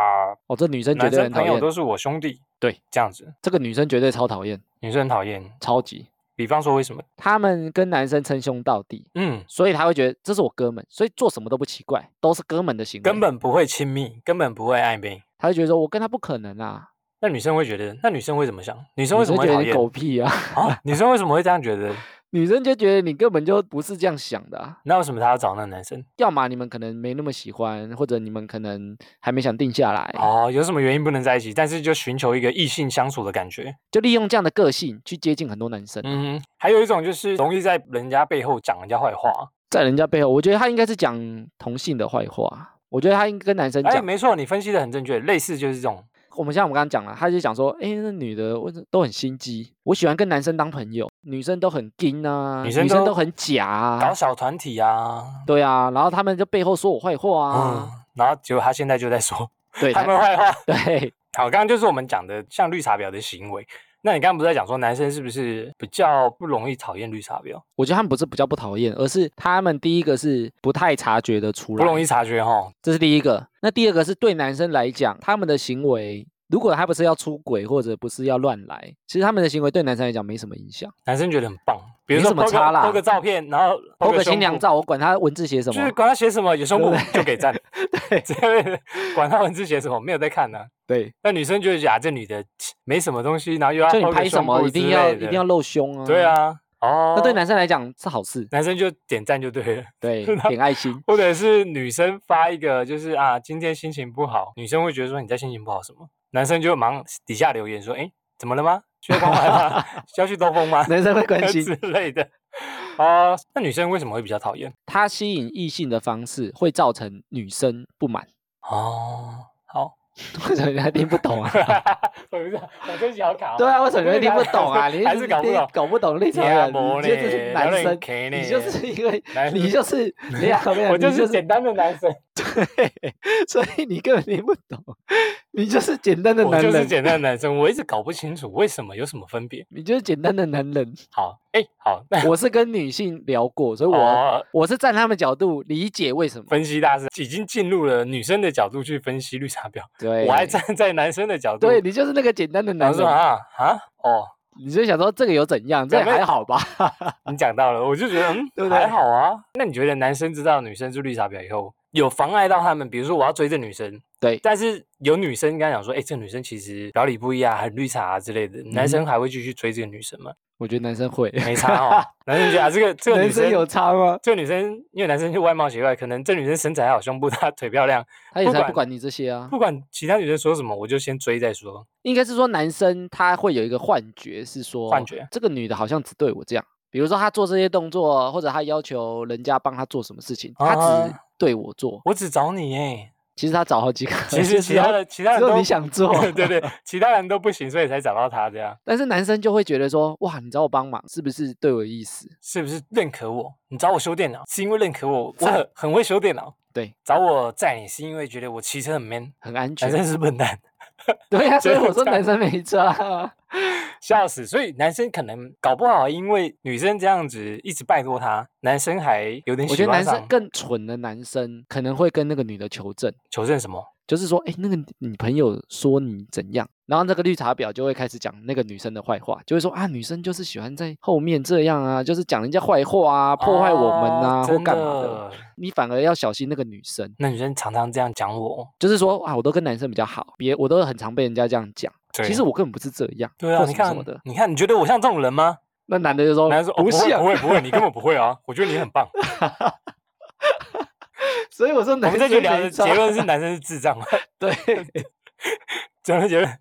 Speaker 2: 哦，这女生绝
Speaker 1: 男
Speaker 2: 对
Speaker 1: 生
Speaker 2: 很讨
Speaker 1: 朋友
Speaker 2: 厌，
Speaker 1: 都是我兄弟，
Speaker 2: 对，
Speaker 1: 这样子，
Speaker 2: 这个女生绝对超讨厌，
Speaker 1: 女生很讨厌。
Speaker 2: 超级。
Speaker 1: 比方说为什么？
Speaker 2: 他们跟男生称兄道弟，
Speaker 1: 嗯，
Speaker 2: 所以他会觉得这是我哥们，所以做什么都不奇怪，都是哥们的行为。
Speaker 1: 根本不会亲密，根本不会暧昧。
Speaker 2: 他就觉得说我跟他不可能啊，
Speaker 1: 那女生会觉得，那女生会怎么想？女生
Speaker 2: 女
Speaker 1: 为什
Speaker 2: 生
Speaker 1: 么会
Speaker 2: 觉
Speaker 1: 讨
Speaker 2: 得你
Speaker 1: 厌
Speaker 2: 狗屁啊，
Speaker 1: 啊？女生为什么会这样觉得？
Speaker 2: 女生就觉得你根本就不是这样想的啊。
Speaker 1: 那为什么她要找那个男生？
Speaker 2: 要么你们可能没那么喜欢，或者你们可能还没想定下来，
Speaker 1: 哦，有什么原因不能在一起？但是就寻求一个异性相处的感觉。
Speaker 2: 就利用这样的个性去接近很多男生，
Speaker 1: 嗯哼，还有一种就是容易在人家背后讲人家坏话。
Speaker 2: 在人家背后，我觉得他应该是讲同性的坏话。我觉得他应该跟男生
Speaker 1: 哎，
Speaker 2: 讲，
Speaker 1: 没错，你分析的很正确，类似就是这种。
Speaker 2: 我们像我们刚刚讲了，他就讲说，哎、那女的我都很心机，我喜欢跟男生当朋友，女生都很硬啊，
Speaker 1: 女
Speaker 2: 女
Speaker 1: 生
Speaker 2: 生
Speaker 1: 都
Speaker 2: 都很假
Speaker 1: 搞
Speaker 2: 啊，
Speaker 1: 小团体啊，
Speaker 2: 对啊，然后他们就背后说我坏话
Speaker 1: 嗯
Speaker 2: 啊，，
Speaker 1: 然后结果他现在就在说
Speaker 2: 对，
Speaker 1: 他
Speaker 2: 他
Speaker 1: 们坏话。
Speaker 2: 对，
Speaker 1: 好，刚刚就是我们讲的像绿茶婊的行为。那你刚刚不是在讲说男生是不是比较不容易讨厌绿茶婊，
Speaker 2: 我觉得他们不是比较不讨厌，而是他们第一个是不太察觉的出
Speaker 1: 不
Speaker 2: 来，
Speaker 1: 容易察觉哈？
Speaker 2: 这是第一个。那第二个是对男生来讲，他们的行为，如果他不是要出轨或者不是要乱来，其实他们的行为对男生来讲没什么影响。
Speaker 1: 男生觉得很棒，比如
Speaker 2: 没
Speaker 1: 说
Speaker 2: 什么
Speaker 1: 抛
Speaker 2: 差
Speaker 1: 个
Speaker 2: 啦
Speaker 1: 抛个照片，然后
Speaker 2: 抛
Speaker 1: 个
Speaker 2: 个
Speaker 1: 胸
Speaker 2: 新娘
Speaker 1: 部，
Speaker 2: 照，我管他文字写什
Speaker 1: 就是
Speaker 2: 么。
Speaker 1: 管他写什么，有胸部
Speaker 2: 对
Speaker 1: 就给赞，
Speaker 2: 对
Speaker 1: 这个管他文字写什么，没有在看啊呢、
Speaker 2: 对，
Speaker 1: 那女生就觉得啊，这女的没什么东西，然后又要
Speaker 2: 就你
Speaker 1: 抛个
Speaker 2: 拍什
Speaker 1: 胸
Speaker 2: 么
Speaker 1: 部
Speaker 2: 一定
Speaker 1: 之
Speaker 2: 要
Speaker 1: 类
Speaker 2: 一
Speaker 1: 的
Speaker 2: 定要露胸啊。
Speaker 1: 对，啊，哦，
Speaker 2: 那对男生来讲是好事。
Speaker 1: 男生就点赞就对了。
Speaker 2: 对
Speaker 1: 那，
Speaker 2: 点爱心。
Speaker 1: 或者是女生发一个，就是啊，今天心情不好，女生会觉得说你在心情不好什么，男生就忙底下留言说，哎，怎么了吗？需要帮忙吗？ 需要去兜风 吗？
Speaker 2: 男生会 关心
Speaker 1: 之类的。哦，那女生为什么会比较讨厌？
Speaker 2: 他吸引异性的方式会造成女生不满，
Speaker 1: 哦， 好，
Speaker 2: 为什么人家听不懂啊？
Speaker 1: 我不知道，我真想卡哦。
Speaker 2: 对啊，为什么人家听不 懂啊？你
Speaker 1: 还是搞不懂。
Speaker 2: 搞不懂立场
Speaker 1: 听
Speaker 2: 人，
Speaker 1: 不
Speaker 2: 你就是
Speaker 1: 嘞
Speaker 2: 男
Speaker 1: 聊得很
Speaker 2: 生
Speaker 1: 开，
Speaker 2: 你
Speaker 1: 呢
Speaker 2: 就是因为
Speaker 1: 男生
Speaker 2: 你就是你啊，没有
Speaker 1: 我就
Speaker 2: 你
Speaker 1: 是简单的男生，
Speaker 2: 所以你根本听不懂，你就是简单的
Speaker 1: 我
Speaker 2: 男
Speaker 1: 就是
Speaker 2: 人，
Speaker 1: 简单的男生，我一直搞不清楚为什么有什么分别。
Speaker 2: 你就是简单的男人。
Speaker 1: 好， 哎，哦好，那
Speaker 2: 我是跟女性聊过，所以我、
Speaker 1: 我
Speaker 2: 我是站他们角度理解为什么。
Speaker 1: 分析大师已经进入了女生的角度去分析绿茶婊，
Speaker 2: 对，
Speaker 1: 我还站在男生的角度，
Speaker 2: 哎对，你就是那个简单的
Speaker 1: 然
Speaker 2: 男
Speaker 1: 后说
Speaker 2: 人，
Speaker 1: 啊啊哦，
Speaker 2: 你就想说这个有怎样，这
Speaker 1: 有没有
Speaker 2: 还好吧？
Speaker 1: 你讲到了，我就觉得嗯，
Speaker 2: 对不
Speaker 1: 还
Speaker 2: 对
Speaker 1: 好啊。那你觉得男生知道女生是绿茶婊以后，有妨碍到他们？比如说我要追这女生，
Speaker 2: 对
Speaker 1: 但是有女生跟他讲说，哎，这女生其实表里不一啊，很绿茶啊之类的，
Speaker 2: 嗯
Speaker 1: 男生还会继续追这个女生吗？
Speaker 2: 我觉得男生会，
Speaker 1: 没差 哦，男生觉得啊，这个 这个女
Speaker 2: 男生有差吗？
Speaker 1: 这个女生，因为男生就外貌协会，可能这女生身材好，胸部 大，腿漂亮，
Speaker 2: 他也
Speaker 1: 不
Speaker 2: 才
Speaker 1: 管
Speaker 2: 不管你这些啊
Speaker 1: 不。管其他女生说什么，我就先追再说。
Speaker 2: 应该是说男生他会有一个幻觉，是说
Speaker 1: 幻觉
Speaker 2: 这个女的好像只对我这样。比如说他做这些动作，或者他要求人家帮他做什么事情，他只
Speaker 1: 啊
Speaker 2: 对我做。
Speaker 1: 我只找你哎、
Speaker 2: 其实他找好几个，
Speaker 1: 其实其他 的其他人
Speaker 2: 只有
Speaker 1: 都，
Speaker 2: 你想做
Speaker 1: 对对，其他人都不行，所以才找到他这样，
Speaker 2: 但是男生就会觉得说，哇，你找我帮忙是不是对我有意思？
Speaker 1: 是不是认可我？你找我修电脑是因为认可我，我
Speaker 2: 赞
Speaker 1: 很很会修电脑。
Speaker 2: 对，
Speaker 1: 找我载你是因为觉得我骑车很 man，
Speaker 2: 很安
Speaker 1: 男
Speaker 2: 全。
Speaker 1: 生是笨蛋，
Speaker 2: 对啊呀、所以我说
Speaker 1: 这样
Speaker 2: 男生没差啊。
Speaker 1: 笑死。所以男生可能搞不好因为女生这样子一直拜托他，男生还有点
Speaker 2: 我
Speaker 1: 喜
Speaker 2: 觉得
Speaker 1: 欢
Speaker 2: 男
Speaker 1: 上
Speaker 2: 生。更蠢的男生可能会跟那个女的求证，
Speaker 1: 求证什么？
Speaker 2: 就是说，哎，那个你朋友说你怎样，然后那个绿茶婊就会开始讲那个女生的坏话，就会说啊，女生就是喜欢在后面这样啊，就是讲人家坏话啊，破坏我们啊，
Speaker 1: 哦
Speaker 2: 或干嘛
Speaker 1: 真
Speaker 2: 的。你反而要小心那个女生，
Speaker 1: 那女生常常这样讲我，
Speaker 2: 就是说啊，我都跟男生比较好，别我都很常被人家这样讲，
Speaker 1: 对
Speaker 2: 其实我根本不是这样，
Speaker 1: 对啊，
Speaker 2: 或
Speaker 1: 你
Speaker 2: 什么
Speaker 1: 看
Speaker 2: 什么的，。
Speaker 1: 你看，你觉得我像这种人吗？
Speaker 2: 那男的就说，
Speaker 1: 男生说、哦、
Speaker 2: 不
Speaker 1: 不会，
Speaker 2: 像
Speaker 1: 不，会，不会，你根本不会啊！我觉得你很 棒。
Speaker 2: 所以我说
Speaker 1: 我
Speaker 2: 男
Speaker 1: 们
Speaker 2: 生
Speaker 1: 这局聊
Speaker 2: 没
Speaker 1: 的
Speaker 2: 差
Speaker 1: 结论是男生是智障吗？
Speaker 2: 对，
Speaker 1: 讲的结论，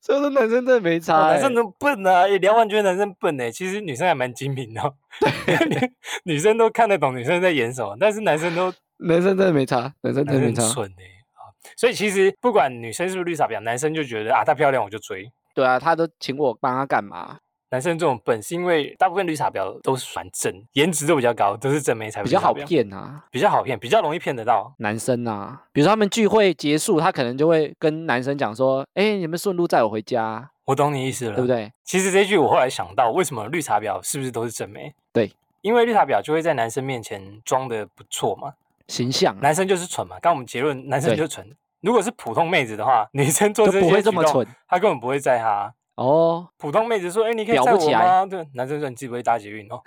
Speaker 2: 所以说男生真的没差、
Speaker 1: 哦
Speaker 2: 欸，
Speaker 1: 男生都笨啊！诶聊完觉得男生笨呢、欸其实女生还蛮精明的哦、 女女生都看得懂女生在演什么，但是男生 都
Speaker 2: 男生真的没差，男生
Speaker 1: 男
Speaker 2: 真的
Speaker 1: 生
Speaker 2: 没
Speaker 1: 很
Speaker 2: 差，
Speaker 1: 蠢呢、啊所以其实不管女生是不是绿茶婊，男生就觉得啊，她漂亮我就追。
Speaker 2: 对啊，他都请我帮他干嘛，
Speaker 1: 男生这种笨，是因为大部分绿茶婊都是蛮正，颜值都比较高，都是正妹才
Speaker 2: 比较好
Speaker 1: 骗。
Speaker 2: 骗啊。
Speaker 1: 比较好骗，比较容易骗得到。
Speaker 2: 男生啊，比如说他们聚会结束，他可能就会跟男生讲说：“哎，你们顺路载我回家，啊
Speaker 1: 我懂你意思了，
Speaker 2: 对不？对
Speaker 1: 其实这句我后来想到，为什么绿茶婊是不是都是正妹？
Speaker 2: 对，
Speaker 1: 因为绿茶婊就会在男生面前装的不错嘛，？”
Speaker 2: 形象啊、
Speaker 1: 男生就是蠢嘛。刚刚我们结论，男生
Speaker 2: 对
Speaker 1: 就是蠢。如果是普通妹子的话，女生做
Speaker 2: 就
Speaker 1: 这
Speaker 2: 不
Speaker 1: 些
Speaker 2: 会这
Speaker 1: 举
Speaker 2: 么
Speaker 1: 动
Speaker 2: 蠢，
Speaker 1: 她根本不会在她啊、
Speaker 2: 哦。
Speaker 1: 普通妹子说：“哎、你可以
Speaker 2: 表
Speaker 1: 载
Speaker 2: 不
Speaker 1: 我
Speaker 2: 起来
Speaker 1: 吗？”对，男生说：“你自己不会搭捷运 哦。”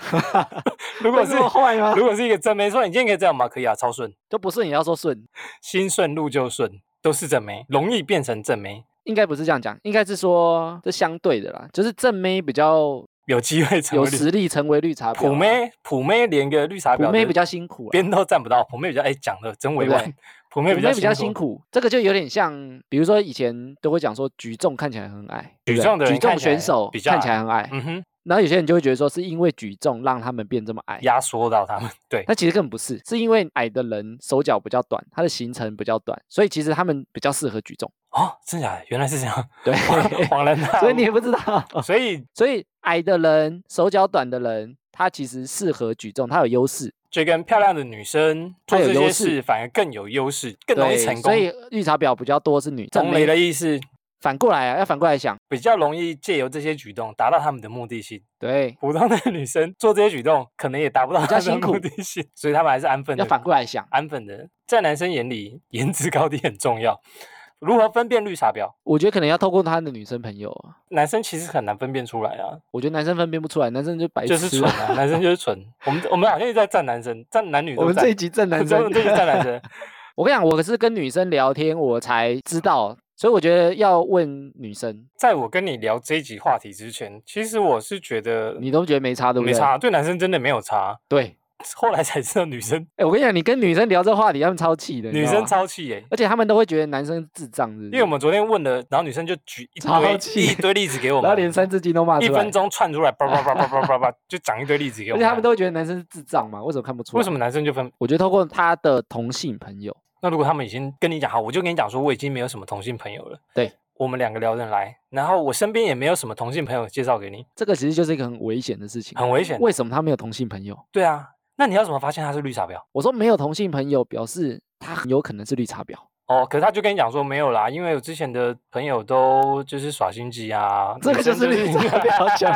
Speaker 1: 如果
Speaker 2: 会
Speaker 1: 是
Speaker 2: 这么坏吗
Speaker 1: 如果是一个正妹说：“你今天可以载我吗？”可以啊，超顺，
Speaker 2: 就不是你要说顺，
Speaker 1: 心顺路就顺，都是正妹，容易变成正妹，
Speaker 2: 应该不是这样讲，应该是说这相对的啦，就是正妹比较
Speaker 1: 有机会成
Speaker 2: 有
Speaker 1: 为绿
Speaker 2: 实力成为绿茶婊啊，
Speaker 1: 普妹，普妹连个绿茶婊
Speaker 2: 普妹
Speaker 1: 的
Speaker 2: 比较辛苦啊，
Speaker 1: 边都站不到，普妹比较哎讲的真委
Speaker 2: 对不
Speaker 1: 婉
Speaker 2: 对，
Speaker 1: 普妹
Speaker 2: 普
Speaker 1: 比
Speaker 2: 妹
Speaker 1: 较
Speaker 2: 比较辛
Speaker 1: 辛苦，
Speaker 2: 苦，这个就有点像，比如说以前都会讲说举重看起来很矮，对
Speaker 1: 举
Speaker 2: 不对
Speaker 1: 重的人
Speaker 2: 举重
Speaker 1: 看起来
Speaker 2: 选手
Speaker 1: 比较
Speaker 2: 看起来很矮，
Speaker 1: 嗯哼，
Speaker 2: 然后有些人就会觉得说是因为举重让他们变这么矮，
Speaker 1: 压缩到他们，对，
Speaker 2: 那其实根本不是，是因为矮的人手脚比较短，他的行程比较短，所以其实他们比较适合举重。
Speaker 1: 哦，真假的，原来是这样，
Speaker 2: 对，
Speaker 1: 恍恍然大悟，
Speaker 2: 所以你也不知道，
Speaker 1: 所以
Speaker 2: 所以矮的人手脚短的人，他其实适合举重，他有优势，
Speaker 1: 就跟漂亮的女生
Speaker 2: 她
Speaker 1: 做
Speaker 2: 有
Speaker 1: 这些
Speaker 2: 优势
Speaker 1: 事反而更有优势，更容易
Speaker 2: 对，
Speaker 1: 成
Speaker 2: 所
Speaker 1: 功。
Speaker 2: 以绿茶婊比较多是女正
Speaker 1: 同雷
Speaker 2: 妹
Speaker 1: 的意思
Speaker 2: 反过来啊，要反过来想，
Speaker 1: 比较容易借由这些举动达到他们的目的性，
Speaker 2: 对，
Speaker 1: 普通的女生做这些举动可能也达不到
Speaker 2: 较
Speaker 1: 她
Speaker 2: 辛
Speaker 1: 的
Speaker 2: 苦
Speaker 1: 目的性，所以他们还是安分
Speaker 2: 要
Speaker 1: 的。
Speaker 2: 反过来想，
Speaker 1: 安分的，在男生眼里，颜值高低很重要。如何分辨绿茶婊？
Speaker 2: 我觉得可能要透过他的女生朋友啊，
Speaker 1: 男生其实很难分辨出来啊，
Speaker 2: 我觉得男生分辨不出来，男生就白痴
Speaker 1: 就
Speaker 2: 啊，
Speaker 1: 是蠢啊，男生就是蠢。我们我们好像一直在站男生，站男女
Speaker 2: 我
Speaker 1: 都
Speaker 2: 们
Speaker 1: 站
Speaker 2: 这一，集正男
Speaker 1: 我
Speaker 2: 生
Speaker 1: 们，这一集站男 生。
Speaker 2: 我跟你讲，我是跟女生聊天，我才知道，所以我觉得要问女生，
Speaker 1: 在我跟你聊这一集话题之前，其实我是觉得
Speaker 2: 你都觉得没差，对不对？
Speaker 1: 没。差，啊对男生真的没有差。啊
Speaker 2: 对，
Speaker 1: 后来才知道女生
Speaker 2: 哎，我跟你讲，你跟女生聊这话题，她们超气的，你
Speaker 1: 女
Speaker 2: 知道
Speaker 1: 生
Speaker 2: 吗，
Speaker 1: 超气 耶、
Speaker 2: 而且她们都会觉得男生智障，因
Speaker 1: 因为我们昨天问了，然后女生就举一
Speaker 2: 超
Speaker 1: 堆
Speaker 2: 气
Speaker 1: 一堆例子给我
Speaker 2: 然后连
Speaker 1: 们，
Speaker 2: 三字经都骂出
Speaker 1: 一
Speaker 2: 来，
Speaker 1: 分钟串出来，叭叭叭叭 叭叭叭，就讲一堆例子给
Speaker 2: 而
Speaker 1: 我
Speaker 2: 且
Speaker 1: 们看。啊
Speaker 2: 他们都会觉得男生是智障嘛，为什么看不出来？
Speaker 1: 为什么？男生就分
Speaker 2: 我觉得透过他的同性朋友，
Speaker 1: 那如果他们已经跟你讲好，我就跟你讲说我已经没有什么同性朋友了。
Speaker 2: 对，
Speaker 1: 我们两个聊得来，然后我身边也没有什么同性朋友介绍给你，
Speaker 2: 这个其实就是一个很危险的事情。
Speaker 1: 很危险。
Speaker 2: 为什么他没有同性朋友？
Speaker 1: 对啊，那你要怎么发现他是绿茶婊？
Speaker 2: 我说没有同性朋友，表示他很有可能是绿 茶婊。
Speaker 1: 哦，可是他就跟你讲说没有啦，因为我之前的朋友都就是耍心机啊，
Speaker 2: 这个
Speaker 1: 女
Speaker 2: 就
Speaker 1: 生
Speaker 2: 是绿茶婊讲，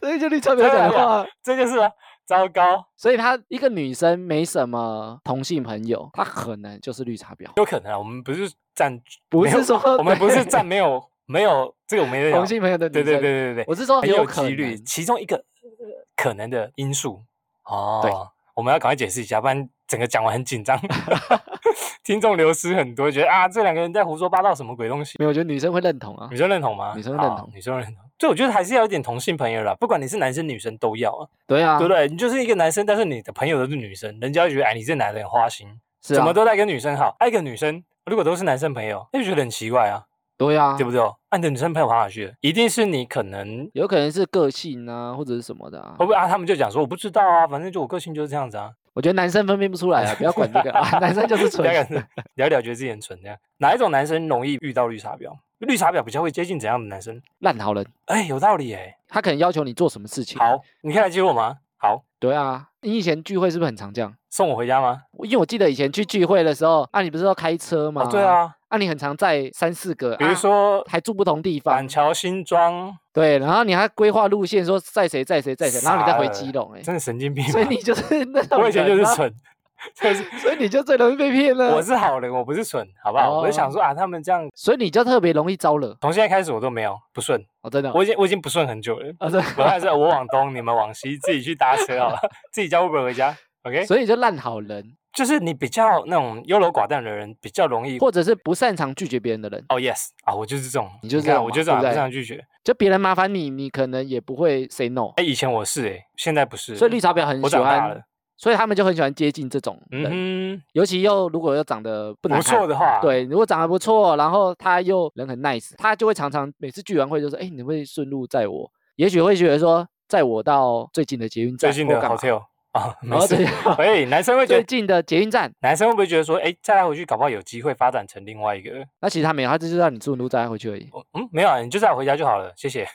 Speaker 2: 这个就绿茶婊讲的
Speaker 1: 真的
Speaker 2: 话。
Speaker 1: 这就是啊，糟糕，
Speaker 2: 所以她一个女生没什么同性朋友，她可能就是绿茶婊，
Speaker 1: 有可能啊，我们不是站，
Speaker 2: 不
Speaker 1: 没有
Speaker 2: 是说
Speaker 1: 我们 不是站
Speaker 2: 对
Speaker 1: 没有没有这个我没得讲
Speaker 2: 同性朋友的女
Speaker 1: 对
Speaker 2: 生。
Speaker 1: 对对对对，
Speaker 2: 我是说
Speaker 1: 很有
Speaker 2: 哦可
Speaker 1: 几率，
Speaker 2: 能。
Speaker 1: 其中一个呃可能的因素。哦，我们要赶快解释一下，不然整个讲完很紧张， 听众流失很多，觉得啊这两个人在胡说八道什么鬼东西。
Speaker 2: 没有，我觉得女生会认同啊
Speaker 1: 女。生认同吗？
Speaker 2: 女生认
Speaker 1: 好
Speaker 2: 同
Speaker 1: 女生认同。对，我觉得还是要有点同性朋友啦，不管你是男生女生都要啊，
Speaker 2: 对啊，
Speaker 1: 对不对？你就是一个男生，但是你的朋友都是女生，人家就觉得哎，你这男的很花心，
Speaker 2: 是
Speaker 1: 怎么
Speaker 2: 啊，
Speaker 1: 都在跟女生好。爱一个女生，如果都是男生朋友，那就觉得很奇怪啊，
Speaker 2: 对啊
Speaker 1: 对，不对？啊，你的女生朋友跑哪去了？一定是你可能
Speaker 2: 有可能是个性啊，或者是什么的啊
Speaker 1: 会。不会啊？他们就讲说我不知道啊，反正就我个性就是这样子啊。
Speaker 2: 我觉得男生分辨不出来 啊，不要管这个啊， 男生就是
Speaker 1: 不
Speaker 2: 蠢
Speaker 1: 要。感觉 聊一聊觉得自己很蠢这样。哪一种男生容易遇到绿茶婊？绿茶婊比较会接近怎样的男生？
Speaker 2: 烂好人，
Speaker 1: 哎，有道理哎。
Speaker 2: 他可能要求你做什么事情。，
Speaker 1: 好，你可以来接我吗？好，
Speaker 2: 对啊，你以前聚会是不是很常这样？
Speaker 1: 送我回家吗？
Speaker 2: 因为我记得以前去聚会的时候，啊，你不是要开车吗？
Speaker 1: 哦，对，啊，
Speaker 2: 啊，你很常在三四个，
Speaker 1: 比如
Speaker 2: 啊
Speaker 1: 说
Speaker 2: 还住不同地方
Speaker 1: 板，桥新庄，
Speaker 2: 对，然后你还规划路线，说载谁载谁载谁，然后你再
Speaker 1: 傻
Speaker 2: 回
Speaker 1: 了
Speaker 2: 基隆，哎，
Speaker 1: 真的神经病吧。啊
Speaker 2: 所以你就是那种，
Speaker 1: 我以前就是，蠢， 就是
Speaker 2: 所以你就最容易被骗了，
Speaker 1: 我是好人，我不是蠢，好不好？我就想
Speaker 2: 啊哦
Speaker 1: 说啊，他们这样
Speaker 2: 所以你就特别容易招惹，
Speaker 1: 从现在开始我都没有不顺，
Speaker 2: 哦，真的，
Speaker 1: 我已经我已经不顺很久了。
Speaker 2: 啊，对，
Speaker 1: 我还是我往东，你们往西，自己去搭车好了， 自己叫 Uber 回家。OK，
Speaker 2: 所以就烂好人，
Speaker 1: 就是你比较那种优柔寡断的人，比较容易。
Speaker 2: 或者是不擅长拒绝别人的人，
Speaker 1: 哦、y e s 啊，我就是这种，
Speaker 2: 你就是这
Speaker 1: 看
Speaker 2: 样
Speaker 1: 我
Speaker 2: 嘛
Speaker 1: 就这种
Speaker 2: 对不
Speaker 1: 不
Speaker 2: 对
Speaker 1: 想拒绝。
Speaker 2: 就别人麻烦你，你可能也不会 say no，
Speaker 1: 哎，以前我是哎、现在不是。
Speaker 2: 所以绿，茶婊很
Speaker 1: 我
Speaker 2: 喜
Speaker 1: 长大
Speaker 2: 欢
Speaker 1: 了，
Speaker 2: 所以他们就很喜欢接近这种人，
Speaker 1: 嗯哼，
Speaker 2: 尤其又如果又长得不难
Speaker 1: 不错
Speaker 2: 看。
Speaker 1: 的话，，
Speaker 2: 对，如果长得不错，然后他又人很 nice，他就会常常每次聚完会就说：“哎，你会顺路载我？”也许会觉得说载我到最近的捷运站
Speaker 1: 最
Speaker 2: 或干
Speaker 1: 近
Speaker 2: 嘛，
Speaker 1: 的 hotel 啊，没
Speaker 2: 然后最
Speaker 1: 事。 哎，男 生会觉
Speaker 2: 最
Speaker 1: 得，
Speaker 2: 近的捷运站，
Speaker 1: 男生会不会觉得说，哎，再来回去，搞不好有机会发展成另外一个？
Speaker 2: 那其实他没有，他就是让你顺路载他回去而已。
Speaker 1: 哦嗯，没有啊，你就载我回家就好了，谢谢。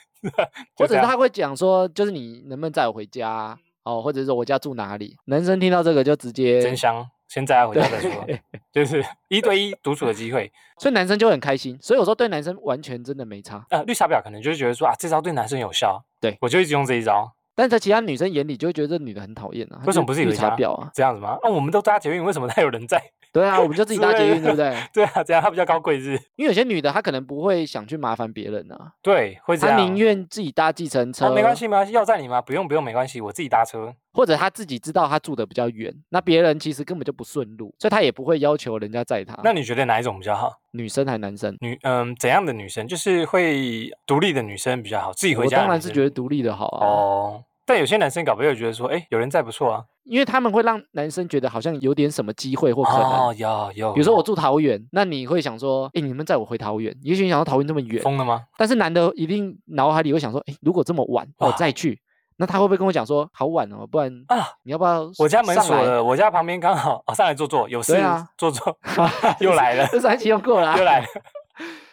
Speaker 1: 就这
Speaker 2: 或者是
Speaker 1: 样
Speaker 2: 他会讲说，就是你能不能载我回家啊哦，或者是说我家住哪里？男生听到这个就直接
Speaker 1: 真香，先载他回家再说，
Speaker 2: 对
Speaker 1: 就是一对一独处的机会。
Speaker 2: 所以男生就很开心。所以我说对男生完全真的没差，
Speaker 1: 呃，绿茶婊可能就是觉得说啊，这招对男生有效，
Speaker 2: 对
Speaker 1: 我就一直用这一招。
Speaker 2: 但在其他女生眼里就会觉得这女的很讨厌啊。她
Speaker 1: 为什
Speaker 2: 就
Speaker 1: 么不自己
Speaker 2: 绿
Speaker 1: 回
Speaker 2: 茶
Speaker 1: 家
Speaker 2: 婊啊？
Speaker 1: 这样子吗？那、我们都搭捷运，为什么他有人在？
Speaker 2: 对啊，我们就自己
Speaker 1: 之
Speaker 2: 搭捷
Speaker 1: 类
Speaker 2: 运，对不
Speaker 1: 的
Speaker 2: 对？
Speaker 1: 对啊，这样他比较高贵是不是？
Speaker 2: 因为有些女的她可能不会想去麻烦别人啊，
Speaker 1: 对，会这
Speaker 2: 她
Speaker 1: 样。
Speaker 2: 宁愿自己搭计程车，
Speaker 1: 啊，没关系，没关系，要载你吗？不用，不用，没关系，我自己搭车。
Speaker 2: 或者她自己知道她住的比较远，那别人其实根本就不顺路，所以她也不会要求人家载她。
Speaker 1: 那你觉得哪一种比较好？
Speaker 2: 女生还男生？
Speaker 1: 女，嗯，怎样的女生？就是会独立的女生比较好，自己回
Speaker 2: 我
Speaker 1: 家。
Speaker 2: 当然是觉得独立的好啊，
Speaker 1: 哦，但有些男生搞不好也觉得说，哎，有人在不错啊。
Speaker 2: 因为他们会让男生觉得好像有点什么机会或可能。
Speaker 1: 哦，有有。
Speaker 2: 比如说我住桃园，那你会想说，哎、你们载我回桃园？也许你想到桃园这么远，
Speaker 1: 疯了吗？
Speaker 2: 但是男的一定脑海里会想说，哎、如果这么晚我
Speaker 1: 哇
Speaker 2: 再去，那他会不会跟我讲说，好晚哦，不然
Speaker 1: 啊，
Speaker 2: 你要不要
Speaker 1: 我家门
Speaker 2: 上
Speaker 1: 锁
Speaker 2: 来
Speaker 1: 了，我家旁边刚好哦，上来坐坐，有事
Speaker 2: 对啊
Speaker 1: 坐
Speaker 2: ，
Speaker 1: 坐，又来了
Speaker 2: 这三期又过了、
Speaker 1: 又来了。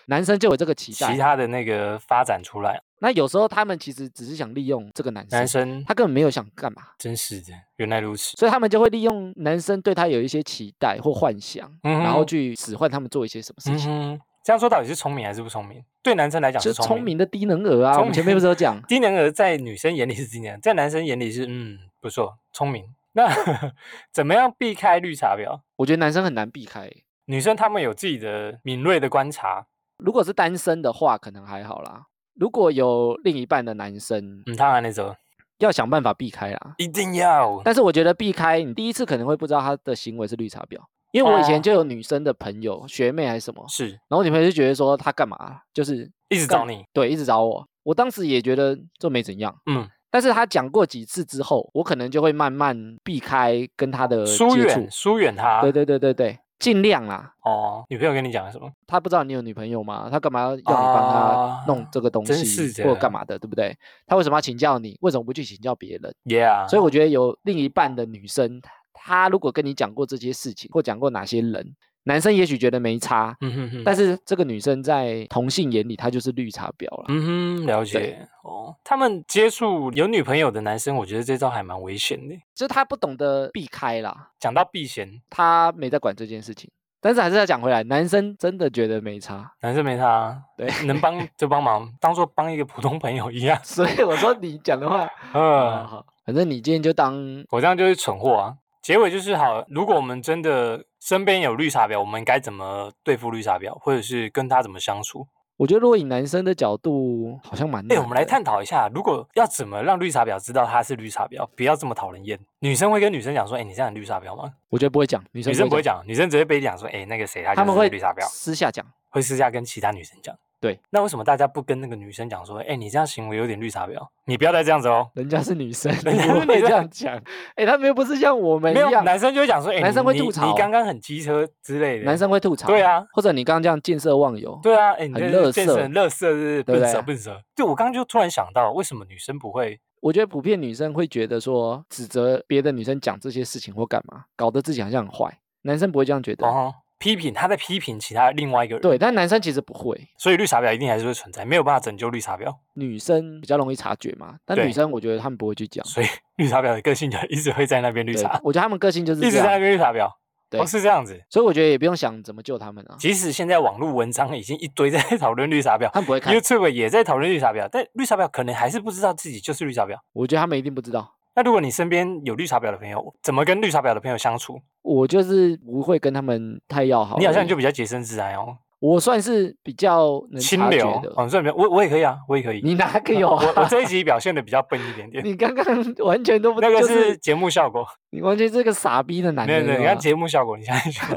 Speaker 2: 男生就有这个期
Speaker 1: 其
Speaker 2: 待。
Speaker 1: 他的那个发展出来，
Speaker 2: 那有时候他们其实只是想利用这个男生，
Speaker 1: 男生
Speaker 2: 他根本没有想干嘛，
Speaker 1: 真是的，原来如此。
Speaker 2: 所以他们就会利用男生对他有一些期待或幻想，
Speaker 1: 嗯
Speaker 2: 然后
Speaker 1: 哼
Speaker 2: 去使唤他们做一些什么事
Speaker 1: 嗯
Speaker 2: 情。
Speaker 1: 哼，这样说到底是聪明还是不聪明？对男生来讲
Speaker 2: 就是是聪
Speaker 1: 聪
Speaker 2: 明的低能儿啊！我
Speaker 1: 聪，
Speaker 2: 们前面不是有讲
Speaker 1: 低能儿在女生眼里是低能儿，在男生眼里是嗯不错，聪明。那 怎么样避开绿茶婊？
Speaker 2: 我觉得男生很难避开。
Speaker 1: 女生她们有自己的敏锐的观察，
Speaker 2: 如果是单身的话，可能还好啦。如果有另一半的男生，
Speaker 1: 嗯，当然那种
Speaker 2: 要想办法避开啦。
Speaker 1: 一定要
Speaker 2: 但是我觉得避开，你第一次可能会不知道他的行为是绿茶婊，因为我以
Speaker 1: 哦
Speaker 2: 前就有女生的朋友、学妹还是什么，
Speaker 1: 是
Speaker 2: 然后我女朋友就觉得说他干嘛，啊就是
Speaker 1: 一直找你，
Speaker 2: 对一直找我。我当时也觉得这没怎样，
Speaker 1: 嗯，
Speaker 2: 但是他讲过几次之后，我可能就会慢慢避开跟他的
Speaker 1: 疏
Speaker 2: 接触
Speaker 1: 远。疏远她。
Speaker 2: 对对对对对，尽量啦。
Speaker 1: 哦，女朋友跟你讲了什么？
Speaker 2: 他不知道你有女朋友吗？他干嘛要你帮他弄
Speaker 1: 啊
Speaker 2: 这个东
Speaker 1: 真是
Speaker 2: 西，
Speaker 1: 的
Speaker 2: 或干嘛的，对不对？他为什么要请教你？为什么不去请教别人？
Speaker 1: Yeah，
Speaker 2: 所以我觉得有另一半的女生，她如果跟你讲过这些事情，或讲过哪些人，男生也许觉得没差，
Speaker 1: 嗯哼哼，
Speaker 2: 但是这个女生在同性眼里，她就是绿茶婊了。
Speaker 1: 嗯哼，了解哦。他们接触有女朋友的男生，我觉得这招还蛮危险的。
Speaker 2: 就是她不懂得避开啦，
Speaker 1: 讲到避嫌，
Speaker 2: 她没在管这件事情。但是还是要讲回来，男生真的觉得没差，
Speaker 1: 男生没他啊，
Speaker 2: 对
Speaker 1: 能帮就帮 忙，当做帮一个普通朋友一样。
Speaker 2: 所以我说你讲的话，
Speaker 1: 嗯
Speaker 2: 啊，，好反正你今天就当
Speaker 1: 我这样就是蠢货啊。结尾就是好，如果我们真的身边有绿茶婊，我们该怎么对付绿茶婊，或者是跟她怎么相处？
Speaker 2: 我觉得如果以男生的角度，好像
Speaker 1: 哎、
Speaker 2: 蛮难的。
Speaker 1: 我们来探讨一下，如果要怎么让绿茶婊知道她是绿茶婊，不要这么讨人厌。女生会跟女生讲说：“哎、你这样很绿茶婊吗
Speaker 2: 我觉得不会讲，女？”生
Speaker 1: 女生不会
Speaker 2: 讲，
Speaker 1: 讲，女生直接被你讲说：“哎、那个谁，她
Speaker 2: 他
Speaker 1: 就
Speaker 2: 们
Speaker 1: 是
Speaker 2: 会
Speaker 1: 绿茶婊。”
Speaker 2: 私下讲。
Speaker 1: 会私下跟其他女生讲。
Speaker 2: 对，
Speaker 1: 那为什么大家不跟那个女生讲说：“哎、你这样行为有点绿茶婊，你不要再这样子哦。
Speaker 2: 人家是 女生，
Speaker 1: 人家
Speaker 2: 你不
Speaker 1: 是
Speaker 2: 会
Speaker 1: 女
Speaker 2: 这
Speaker 1: 生
Speaker 2: 样讲。哎、他们又不是像我”们
Speaker 1: 啊没有
Speaker 2: 一，样，
Speaker 1: 男生就会讲说：“哎、
Speaker 2: 男生会
Speaker 1: 你
Speaker 2: 吐
Speaker 1: 你
Speaker 2: 槽
Speaker 1: 你刚刚很机车之类的。”
Speaker 2: 男生会吐槽。
Speaker 1: 对啊，
Speaker 2: 或者你刚刚这样见色忘友。
Speaker 1: 对啊，哎、你
Speaker 2: 很
Speaker 1: 这是
Speaker 2: 垃
Speaker 1: 健
Speaker 2: 圾
Speaker 1: 身乐色是
Speaker 2: 对
Speaker 1: 笨
Speaker 2: 不对
Speaker 1: 蛇笨蛇。对，我刚刚就突然想到，为什么女生不会？
Speaker 2: 我觉得普遍女生会觉得说，指责别的女生讲这些事情或干嘛，搞得自己好像很坏。男生不会这样觉得。
Speaker 1: 哦，批评她在批评其他另外一个人。
Speaker 2: 对，但男生其实不会，
Speaker 1: 所以绿茶婊一定还是会存在，没有办法拯救绿茶婊，
Speaker 2: 女生比较容易察觉嘛。但
Speaker 1: 对
Speaker 2: 女生我觉得他们不会去讲。
Speaker 1: 所以绿茶婊的个性就一直会在那边绿
Speaker 2: 对
Speaker 1: 茶，，
Speaker 2: 我觉得他们个性就是
Speaker 1: 一
Speaker 2: 这
Speaker 1: 直在那
Speaker 2: 样，
Speaker 1: 边绿茶婊，
Speaker 2: 对
Speaker 1: 哦是这样子。
Speaker 2: 所以我觉得也不用想怎么救他们啊，
Speaker 1: 即使现在网络文章已经一堆在讨论绿茶婊
Speaker 2: 他们不 会看。
Speaker 1: ，YouTube 也在讨论绿茶婊，但绿茶婊可能还是不知道自己就是绿茶婊。
Speaker 2: 我觉得他们一定不知道。
Speaker 1: 那如果你身边有绿茶婊的朋友，怎么跟绿茶婊的朋友相处？
Speaker 2: 我就是不会跟他们太要好而已。
Speaker 1: 你好像就比较洁身自爱哦，
Speaker 2: 我算是比较能
Speaker 1: 清
Speaker 2: 察觉
Speaker 1: 流
Speaker 2: 的。
Speaker 1: 哦，这没有，我我也可以啊，我也可以。
Speaker 2: 你哪个 有啊？
Speaker 1: 我我这一集表现的比较笨一点点，
Speaker 2: 你刚 刚完全都不
Speaker 1: 那个
Speaker 2: 就是
Speaker 1: 节目效果。
Speaker 2: 你完全是个傻逼的男
Speaker 1: 没有
Speaker 2: 人
Speaker 1: 没有，你
Speaker 2: 啊
Speaker 1: 看节目效果，你想一想。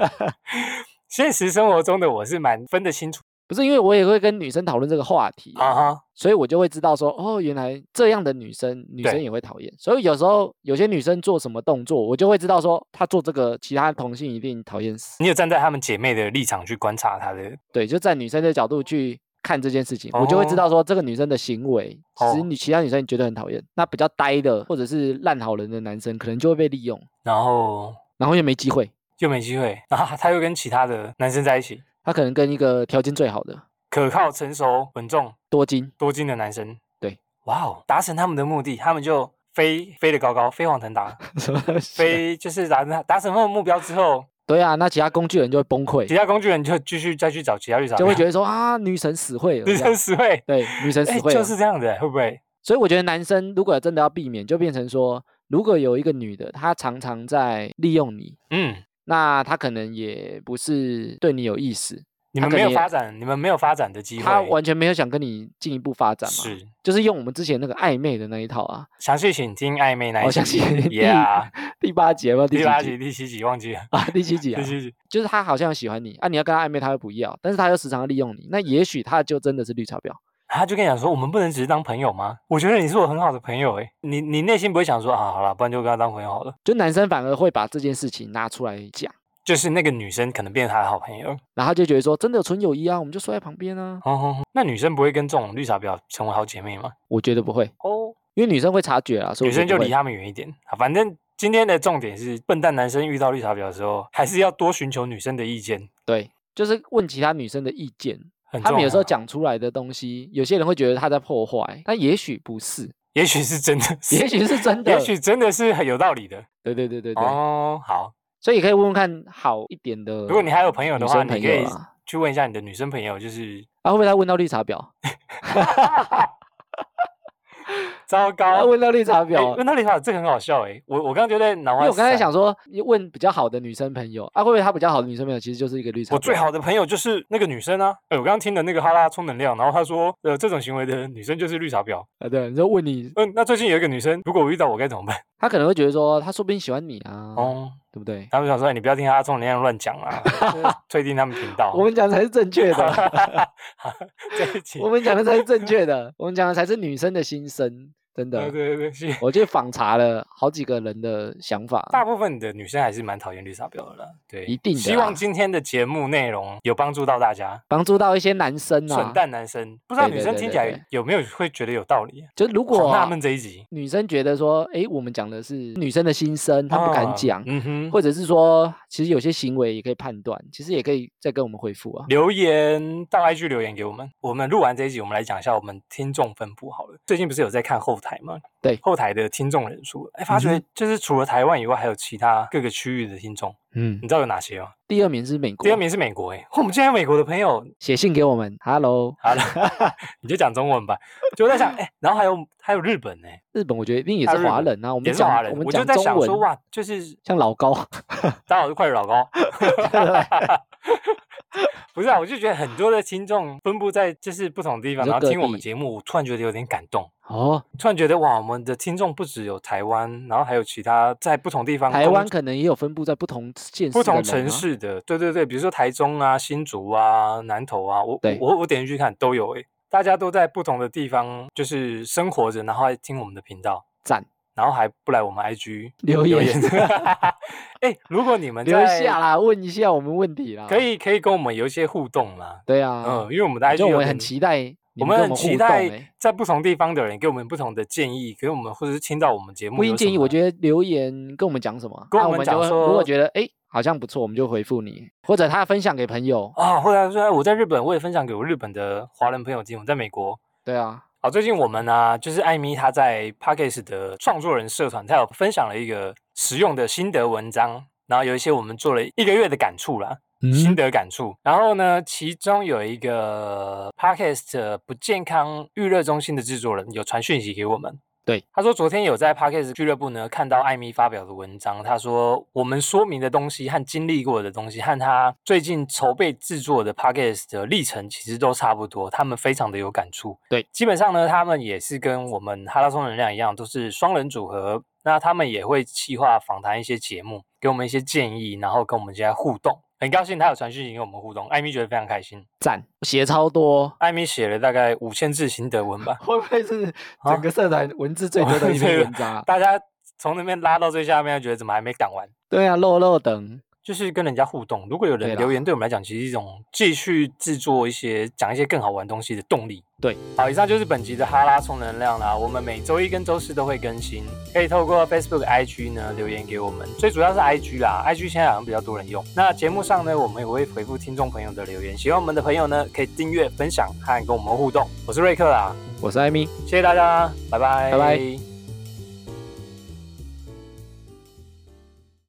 Speaker 1: 现实生活中的我是蛮分得清楚
Speaker 2: 不是因为我也会跟女生讨论这个话题
Speaker 1: 啊哈，
Speaker 2: 所以我就会知道说，哦，原来这样的女生，女生
Speaker 1: 对
Speaker 2: 也会讨厌。所以有时候有些女生做什么动作，我就会知道说，她做这个，其他同性一定讨厌死。
Speaker 1: 你有站在她们姐妹的立场去观察她的，
Speaker 2: 对，就在女生的角度去看这件事情，我就会知
Speaker 1: 哦
Speaker 2: 道说这个女生的行为，使
Speaker 1: 哦
Speaker 2: 你其他女生你觉得很讨厌，那比较呆的或者是烂好人的男生，可能就会被利用，
Speaker 1: 然后
Speaker 2: 然后又没机会。
Speaker 1: 就没机会，然后她又跟其他的男生在一起，
Speaker 2: 他可能跟一个条件最好的
Speaker 1: 可靠、成熟、稳重、
Speaker 2: 多金，
Speaker 1: 多金的男生。
Speaker 2: 对，
Speaker 1: 哇哦，达成他们的目的，他们就飞飞得高高，飞黄腾 达，
Speaker 2: 什么东西啊
Speaker 1: 飞就是达成达成他们的目标之后，
Speaker 2: 对啊，那其他工具人就会崩
Speaker 1: 其
Speaker 2: 溃，
Speaker 1: 他工具人就继续再去找其他绿茶婊，
Speaker 2: 就会觉得说啊，女神死会了这
Speaker 1: 女
Speaker 2: 样，
Speaker 1: 生实惠，
Speaker 2: 对，女神
Speaker 1: 哎、
Speaker 2: 死会了，啊
Speaker 1: 就是这样子，会不会？
Speaker 2: 所以我觉得男生如果真的要避免，就变成说，如果有一个女的，她常常在利用你，
Speaker 1: 嗯，
Speaker 2: 那她可能也不是对你有意思，
Speaker 1: 你
Speaker 2: 他
Speaker 1: 们
Speaker 2: 可
Speaker 1: 没有
Speaker 2: 能也
Speaker 1: 发展，你们没有发展的机会，
Speaker 2: 她完全没有想跟你进一步发展嘛，
Speaker 1: 是。
Speaker 2: 就是用我们之前那个暧昧的那一套啊。
Speaker 1: 详细请听暧昧那
Speaker 2: 我
Speaker 1: 一
Speaker 2: 想
Speaker 1: 集
Speaker 2: 起 第
Speaker 1: ，Yeah，
Speaker 2: 第八集吧，第
Speaker 1: 第
Speaker 2: 几
Speaker 1: 八
Speaker 2: 集
Speaker 1: 集、第七集忘记了，
Speaker 2: 啊？第七集啊
Speaker 1: 第？七集
Speaker 2: 就是她好像喜欢你啊，你要跟她暧昧，她又不要，但是她又时常利用你，那也许她就真的是绿茶婊。
Speaker 1: 他就跟你讲说，我们不能只是当朋友吗？我觉得你是我很好的朋友、欸，诶，你你内心不会想说啊，好了，不然就跟他当朋友好了。
Speaker 2: 就男生反而会把这件事情拿出来讲，
Speaker 1: 就是那个女生可能变成他的好朋友，
Speaker 2: 然后就觉得说真的有纯友谊啊，我们就睡在旁边啊。
Speaker 1: 哦，那女生不会跟这种绿茶婊成为好姐妹吗？
Speaker 2: 我觉得不会，
Speaker 1: 哦，
Speaker 2: 因为女生会察觉啊，所以
Speaker 1: 女
Speaker 2: 我觉
Speaker 1: 生
Speaker 2: 得
Speaker 1: 就
Speaker 2: 不
Speaker 1: 离
Speaker 2: 会
Speaker 1: 他们远一点。好反正今天的重点是，笨蛋男生遇到绿茶婊的时候，还是要多寻求女生的意见，
Speaker 2: 对，就是问其他女生的意见。
Speaker 1: 很重
Speaker 2: 他
Speaker 1: 要。啊
Speaker 2: 们有时候，讲出来的东西，有些人会觉得他在破坏，但也许不是，
Speaker 1: 也许是真的 是，
Speaker 2: 也许是真的，
Speaker 1: 也许真的是很有道理的。
Speaker 2: 对对对对对，
Speaker 1: 哦，好，
Speaker 2: 所以可以问问看好一点的。
Speaker 1: 如果你还有朋友的话，
Speaker 2: 呃女生朋
Speaker 1: 你可以
Speaker 2: 友啊，
Speaker 1: 去问一下你的女生朋友，就是
Speaker 2: 啊会不会他问到绿茶婊？
Speaker 1: 糟
Speaker 2: 啊
Speaker 1: 糕。
Speaker 2: 问到绿茶
Speaker 1: 哎
Speaker 2: 婊，
Speaker 1: 问到绿茶婊这个很好笑哎、我我刚刚就在脑
Speaker 2: 因
Speaker 1: 海，
Speaker 2: 为我刚才想，说问比较好的女生朋友，啊会不会他比较好的女生朋友其实就是一个绿茶婊？
Speaker 1: 我最好的朋友就是那个女生啊。哎，我刚刚听的那个哈拉充能量，然后他说，呃，这种行为的女生就是绿茶婊。
Speaker 2: 啊，对，你就问你
Speaker 1: 嗯，那最近有一个女生，如果我遇到我该怎么办？
Speaker 2: 他可能会觉得说，他说不定喜欢你啊，
Speaker 1: 哦，
Speaker 2: 对不 对？
Speaker 1: 他们想说，哎，你不要听哈拉充能量乱讲啊， 就是退订他们频道。
Speaker 2: 我们讲才是正确 的，
Speaker 1: 这一集
Speaker 2: 我，们讲的才是正确的，我们讲的才是女生的心声，真
Speaker 1: 对
Speaker 2: 的。嗯
Speaker 1: 对对，是
Speaker 2: 我去访查了好几个人的想法，
Speaker 1: 大部分的女生还是蛮讨厌绿茶婊的啦。对，
Speaker 2: 一定的
Speaker 1: 希望
Speaker 2: 啦
Speaker 1: 今天的节目内容有帮助到大家。
Speaker 2: 帮助到一些男生
Speaker 1: 蠢
Speaker 2: 啊。
Speaker 1: 蛋男生，不知道
Speaker 2: 对
Speaker 1: 女
Speaker 2: 对
Speaker 1: 生
Speaker 2: 对
Speaker 1: 听
Speaker 2: 对
Speaker 1: 起来
Speaker 2: 对
Speaker 1: 有没有会觉得有道理？啊
Speaker 2: 就如
Speaker 1: 好纳
Speaker 2: 果
Speaker 1: 闷这一集，
Speaker 2: 女生觉得说，诶，我们讲的是女生的心声，她不敢
Speaker 1: 啊
Speaker 2: 讲，
Speaker 1: 嗯哼，
Speaker 2: 或者是说，其实有些行为也可以判断，其实也可以再跟我们回复啊。
Speaker 1: 留言到 IG 留言给我们。我们录完这一集，我们来讲一下我们听众分布好了。最近不是有在看后台吗？
Speaker 2: 对
Speaker 1: 后台的听众人数，哎，发
Speaker 2: 嗯
Speaker 1: 觉
Speaker 2: 哼
Speaker 1: 就是除了台湾以外，还有其他各个区域的听众，
Speaker 2: 嗯
Speaker 1: 你，知道有哪些吗？
Speaker 2: 第二名是美国，
Speaker 1: 第二名是美国，哎，我们竟然有美国的朋友，
Speaker 2: 写信给我们，Hello，
Speaker 1: 好了，你就讲中文吧。就我在 想，哎，然后还有还有日本呢，
Speaker 2: 日本我觉得一定也
Speaker 1: 啊
Speaker 2: 是
Speaker 1: 日
Speaker 2: 华
Speaker 1: 本
Speaker 2: 人啊，我们
Speaker 1: 也是华
Speaker 2: 讲
Speaker 1: 人，
Speaker 2: 们
Speaker 1: 我就
Speaker 2: 讲
Speaker 1: 在
Speaker 2: 中
Speaker 1: 想说，
Speaker 2: 文，
Speaker 1: 哇，就是
Speaker 2: 像老高，
Speaker 1: 大家好，我是快乐老 高。不是啊，我就觉得很多的听众分布在就是不同的地方，
Speaker 2: 你说
Speaker 1: 然后听
Speaker 2: 各
Speaker 1: 我们
Speaker 2: 地
Speaker 1: 节目，我突然觉得有点感动，
Speaker 2: 哦，
Speaker 1: 突然觉得哇，我们的听众不只有台湾，然后还有其他在不同地方
Speaker 2: 台
Speaker 1: 工
Speaker 2: 湾
Speaker 1: 作、
Speaker 2: 可能也有分布在不同县市、啊
Speaker 1: 不同城。市的，对对对，比如说台中啊、新竹啊、南投啊，我
Speaker 2: 对
Speaker 1: 我我点进去看都有诶、大家都在不同的地方就是生活着，然后还听我们的频道，
Speaker 2: 赞，
Speaker 1: 然后还不来我们 IG
Speaker 2: 留
Speaker 1: 留
Speaker 2: 言
Speaker 1: 言， 哎、如果你们
Speaker 2: 留
Speaker 1: 在
Speaker 2: 下啦，问一下我们问题啦。
Speaker 1: 可，以可以跟我们有一些互动啦。
Speaker 2: 对
Speaker 1: 嗯
Speaker 2: 啊，，
Speaker 1: 因为我们的 IG
Speaker 2: 就我
Speaker 1: 有
Speaker 2: 们
Speaker 1: 点
Speaker 2: 很期待你
Speaker 1: 我们
Speaker 2: 们跟
Speaker 1: 很
Speaker 2: 我们
Speaker 1: 期
Speaker 2: 互动欸。
Speaker 1: 待在不同地方的人给我们不同的建议，给我们或者是听到我们节目
Speaker 2: 不一
Speaker 1: 有
Speaker 2: 定建议，
Speaker 1: 什么
Speaker 2: 我觉得留言跟我们讲什么，
Speaker 1: 跟
Speaker 2: 那
Speaker 1: 我
Speaker 2: 我
Speaker 1: 们
Speaker 2: 就
Speaker 1: 讲
Speaker 2: 会如
Speaker 1: 说
Speaker 2: 果觉得哎好像不错，我们就回复你，或者他分享给朋友。
Speaker 1: 啊，后来说我在日本，我也分享给我日本的华人朋友听，我在美国。
Speaker 2: 对啊，
Speaker 1: 好，最近我们呢、就是艾米她在 p a c k e s 的创作人社团，她有分享了一个实用的心得文章，然后有一些我们做了一个月的感触啦，心
Speaker 2: 嗯，
Speaker 1: 得感触。然后呢，其中有一个 Podcast 不健康娱乐中心的制作人有传讯息给我们。
Speaker 2: 对，
Speaker 1: 他说昨天有在 Podcast 俱乐部呢看到艾米发表的文章，他说我们说明的东西和经历过的东西和他最近筹备制作的 Podcast 的历程其实都差不多，他们非常的有感触。
Speaker 2: 对，
Speaker 1: 基本上呢，他们也是跟我们哈拉松能量一样，都是双人组合。那他们也会企划访谈一些节目，给我们一些建议，然后跟我们一些互动。很高兴他有传讯息跟我们互动，艾米觉得非常开心。
Speaker 2: 赞，写超多，，
Speaker 1: 艾米写了大概五千字心得文吧
Speaker 2: 会不会是
Speaker 1: 啊
Speaker 2: 整个社团文字最多的一
Speaker 1: 对
Speaker 2: 篇
Speaker 1: 啊
Speaker 2: 文章啊？
Speaker 1: 大家从那边拉到最下面，觉得怎么还没讲完？
Speaker 2: 对啊，肉肉等，
Speaker 1: 就是跟人家互动。如果有人
Speaker 2: 对啦
Speaker 1: 留言，对我们来讲，其实是一种继续制作一些讲一些更好玩东西的动力。
Speaker 2: 对，
Speaker 1: 好，以上就是本集的哈拉充能量啦。我们每周一跟周四都会更新，可以透过 Facebook、IG 呢留言给我们，最主要是 IG 啦，IG 现在好像比较多人用。那节目上呢，我们也会回复听众朋友的留言，喜欢我们的朋友呢，可以订阅、分享和跟我们互动。我是瑞克啦，
Speaker 2: 我是艾米。
Speaker 1: 谢谢大家，拜拜，
Speaker 2: 拜拜。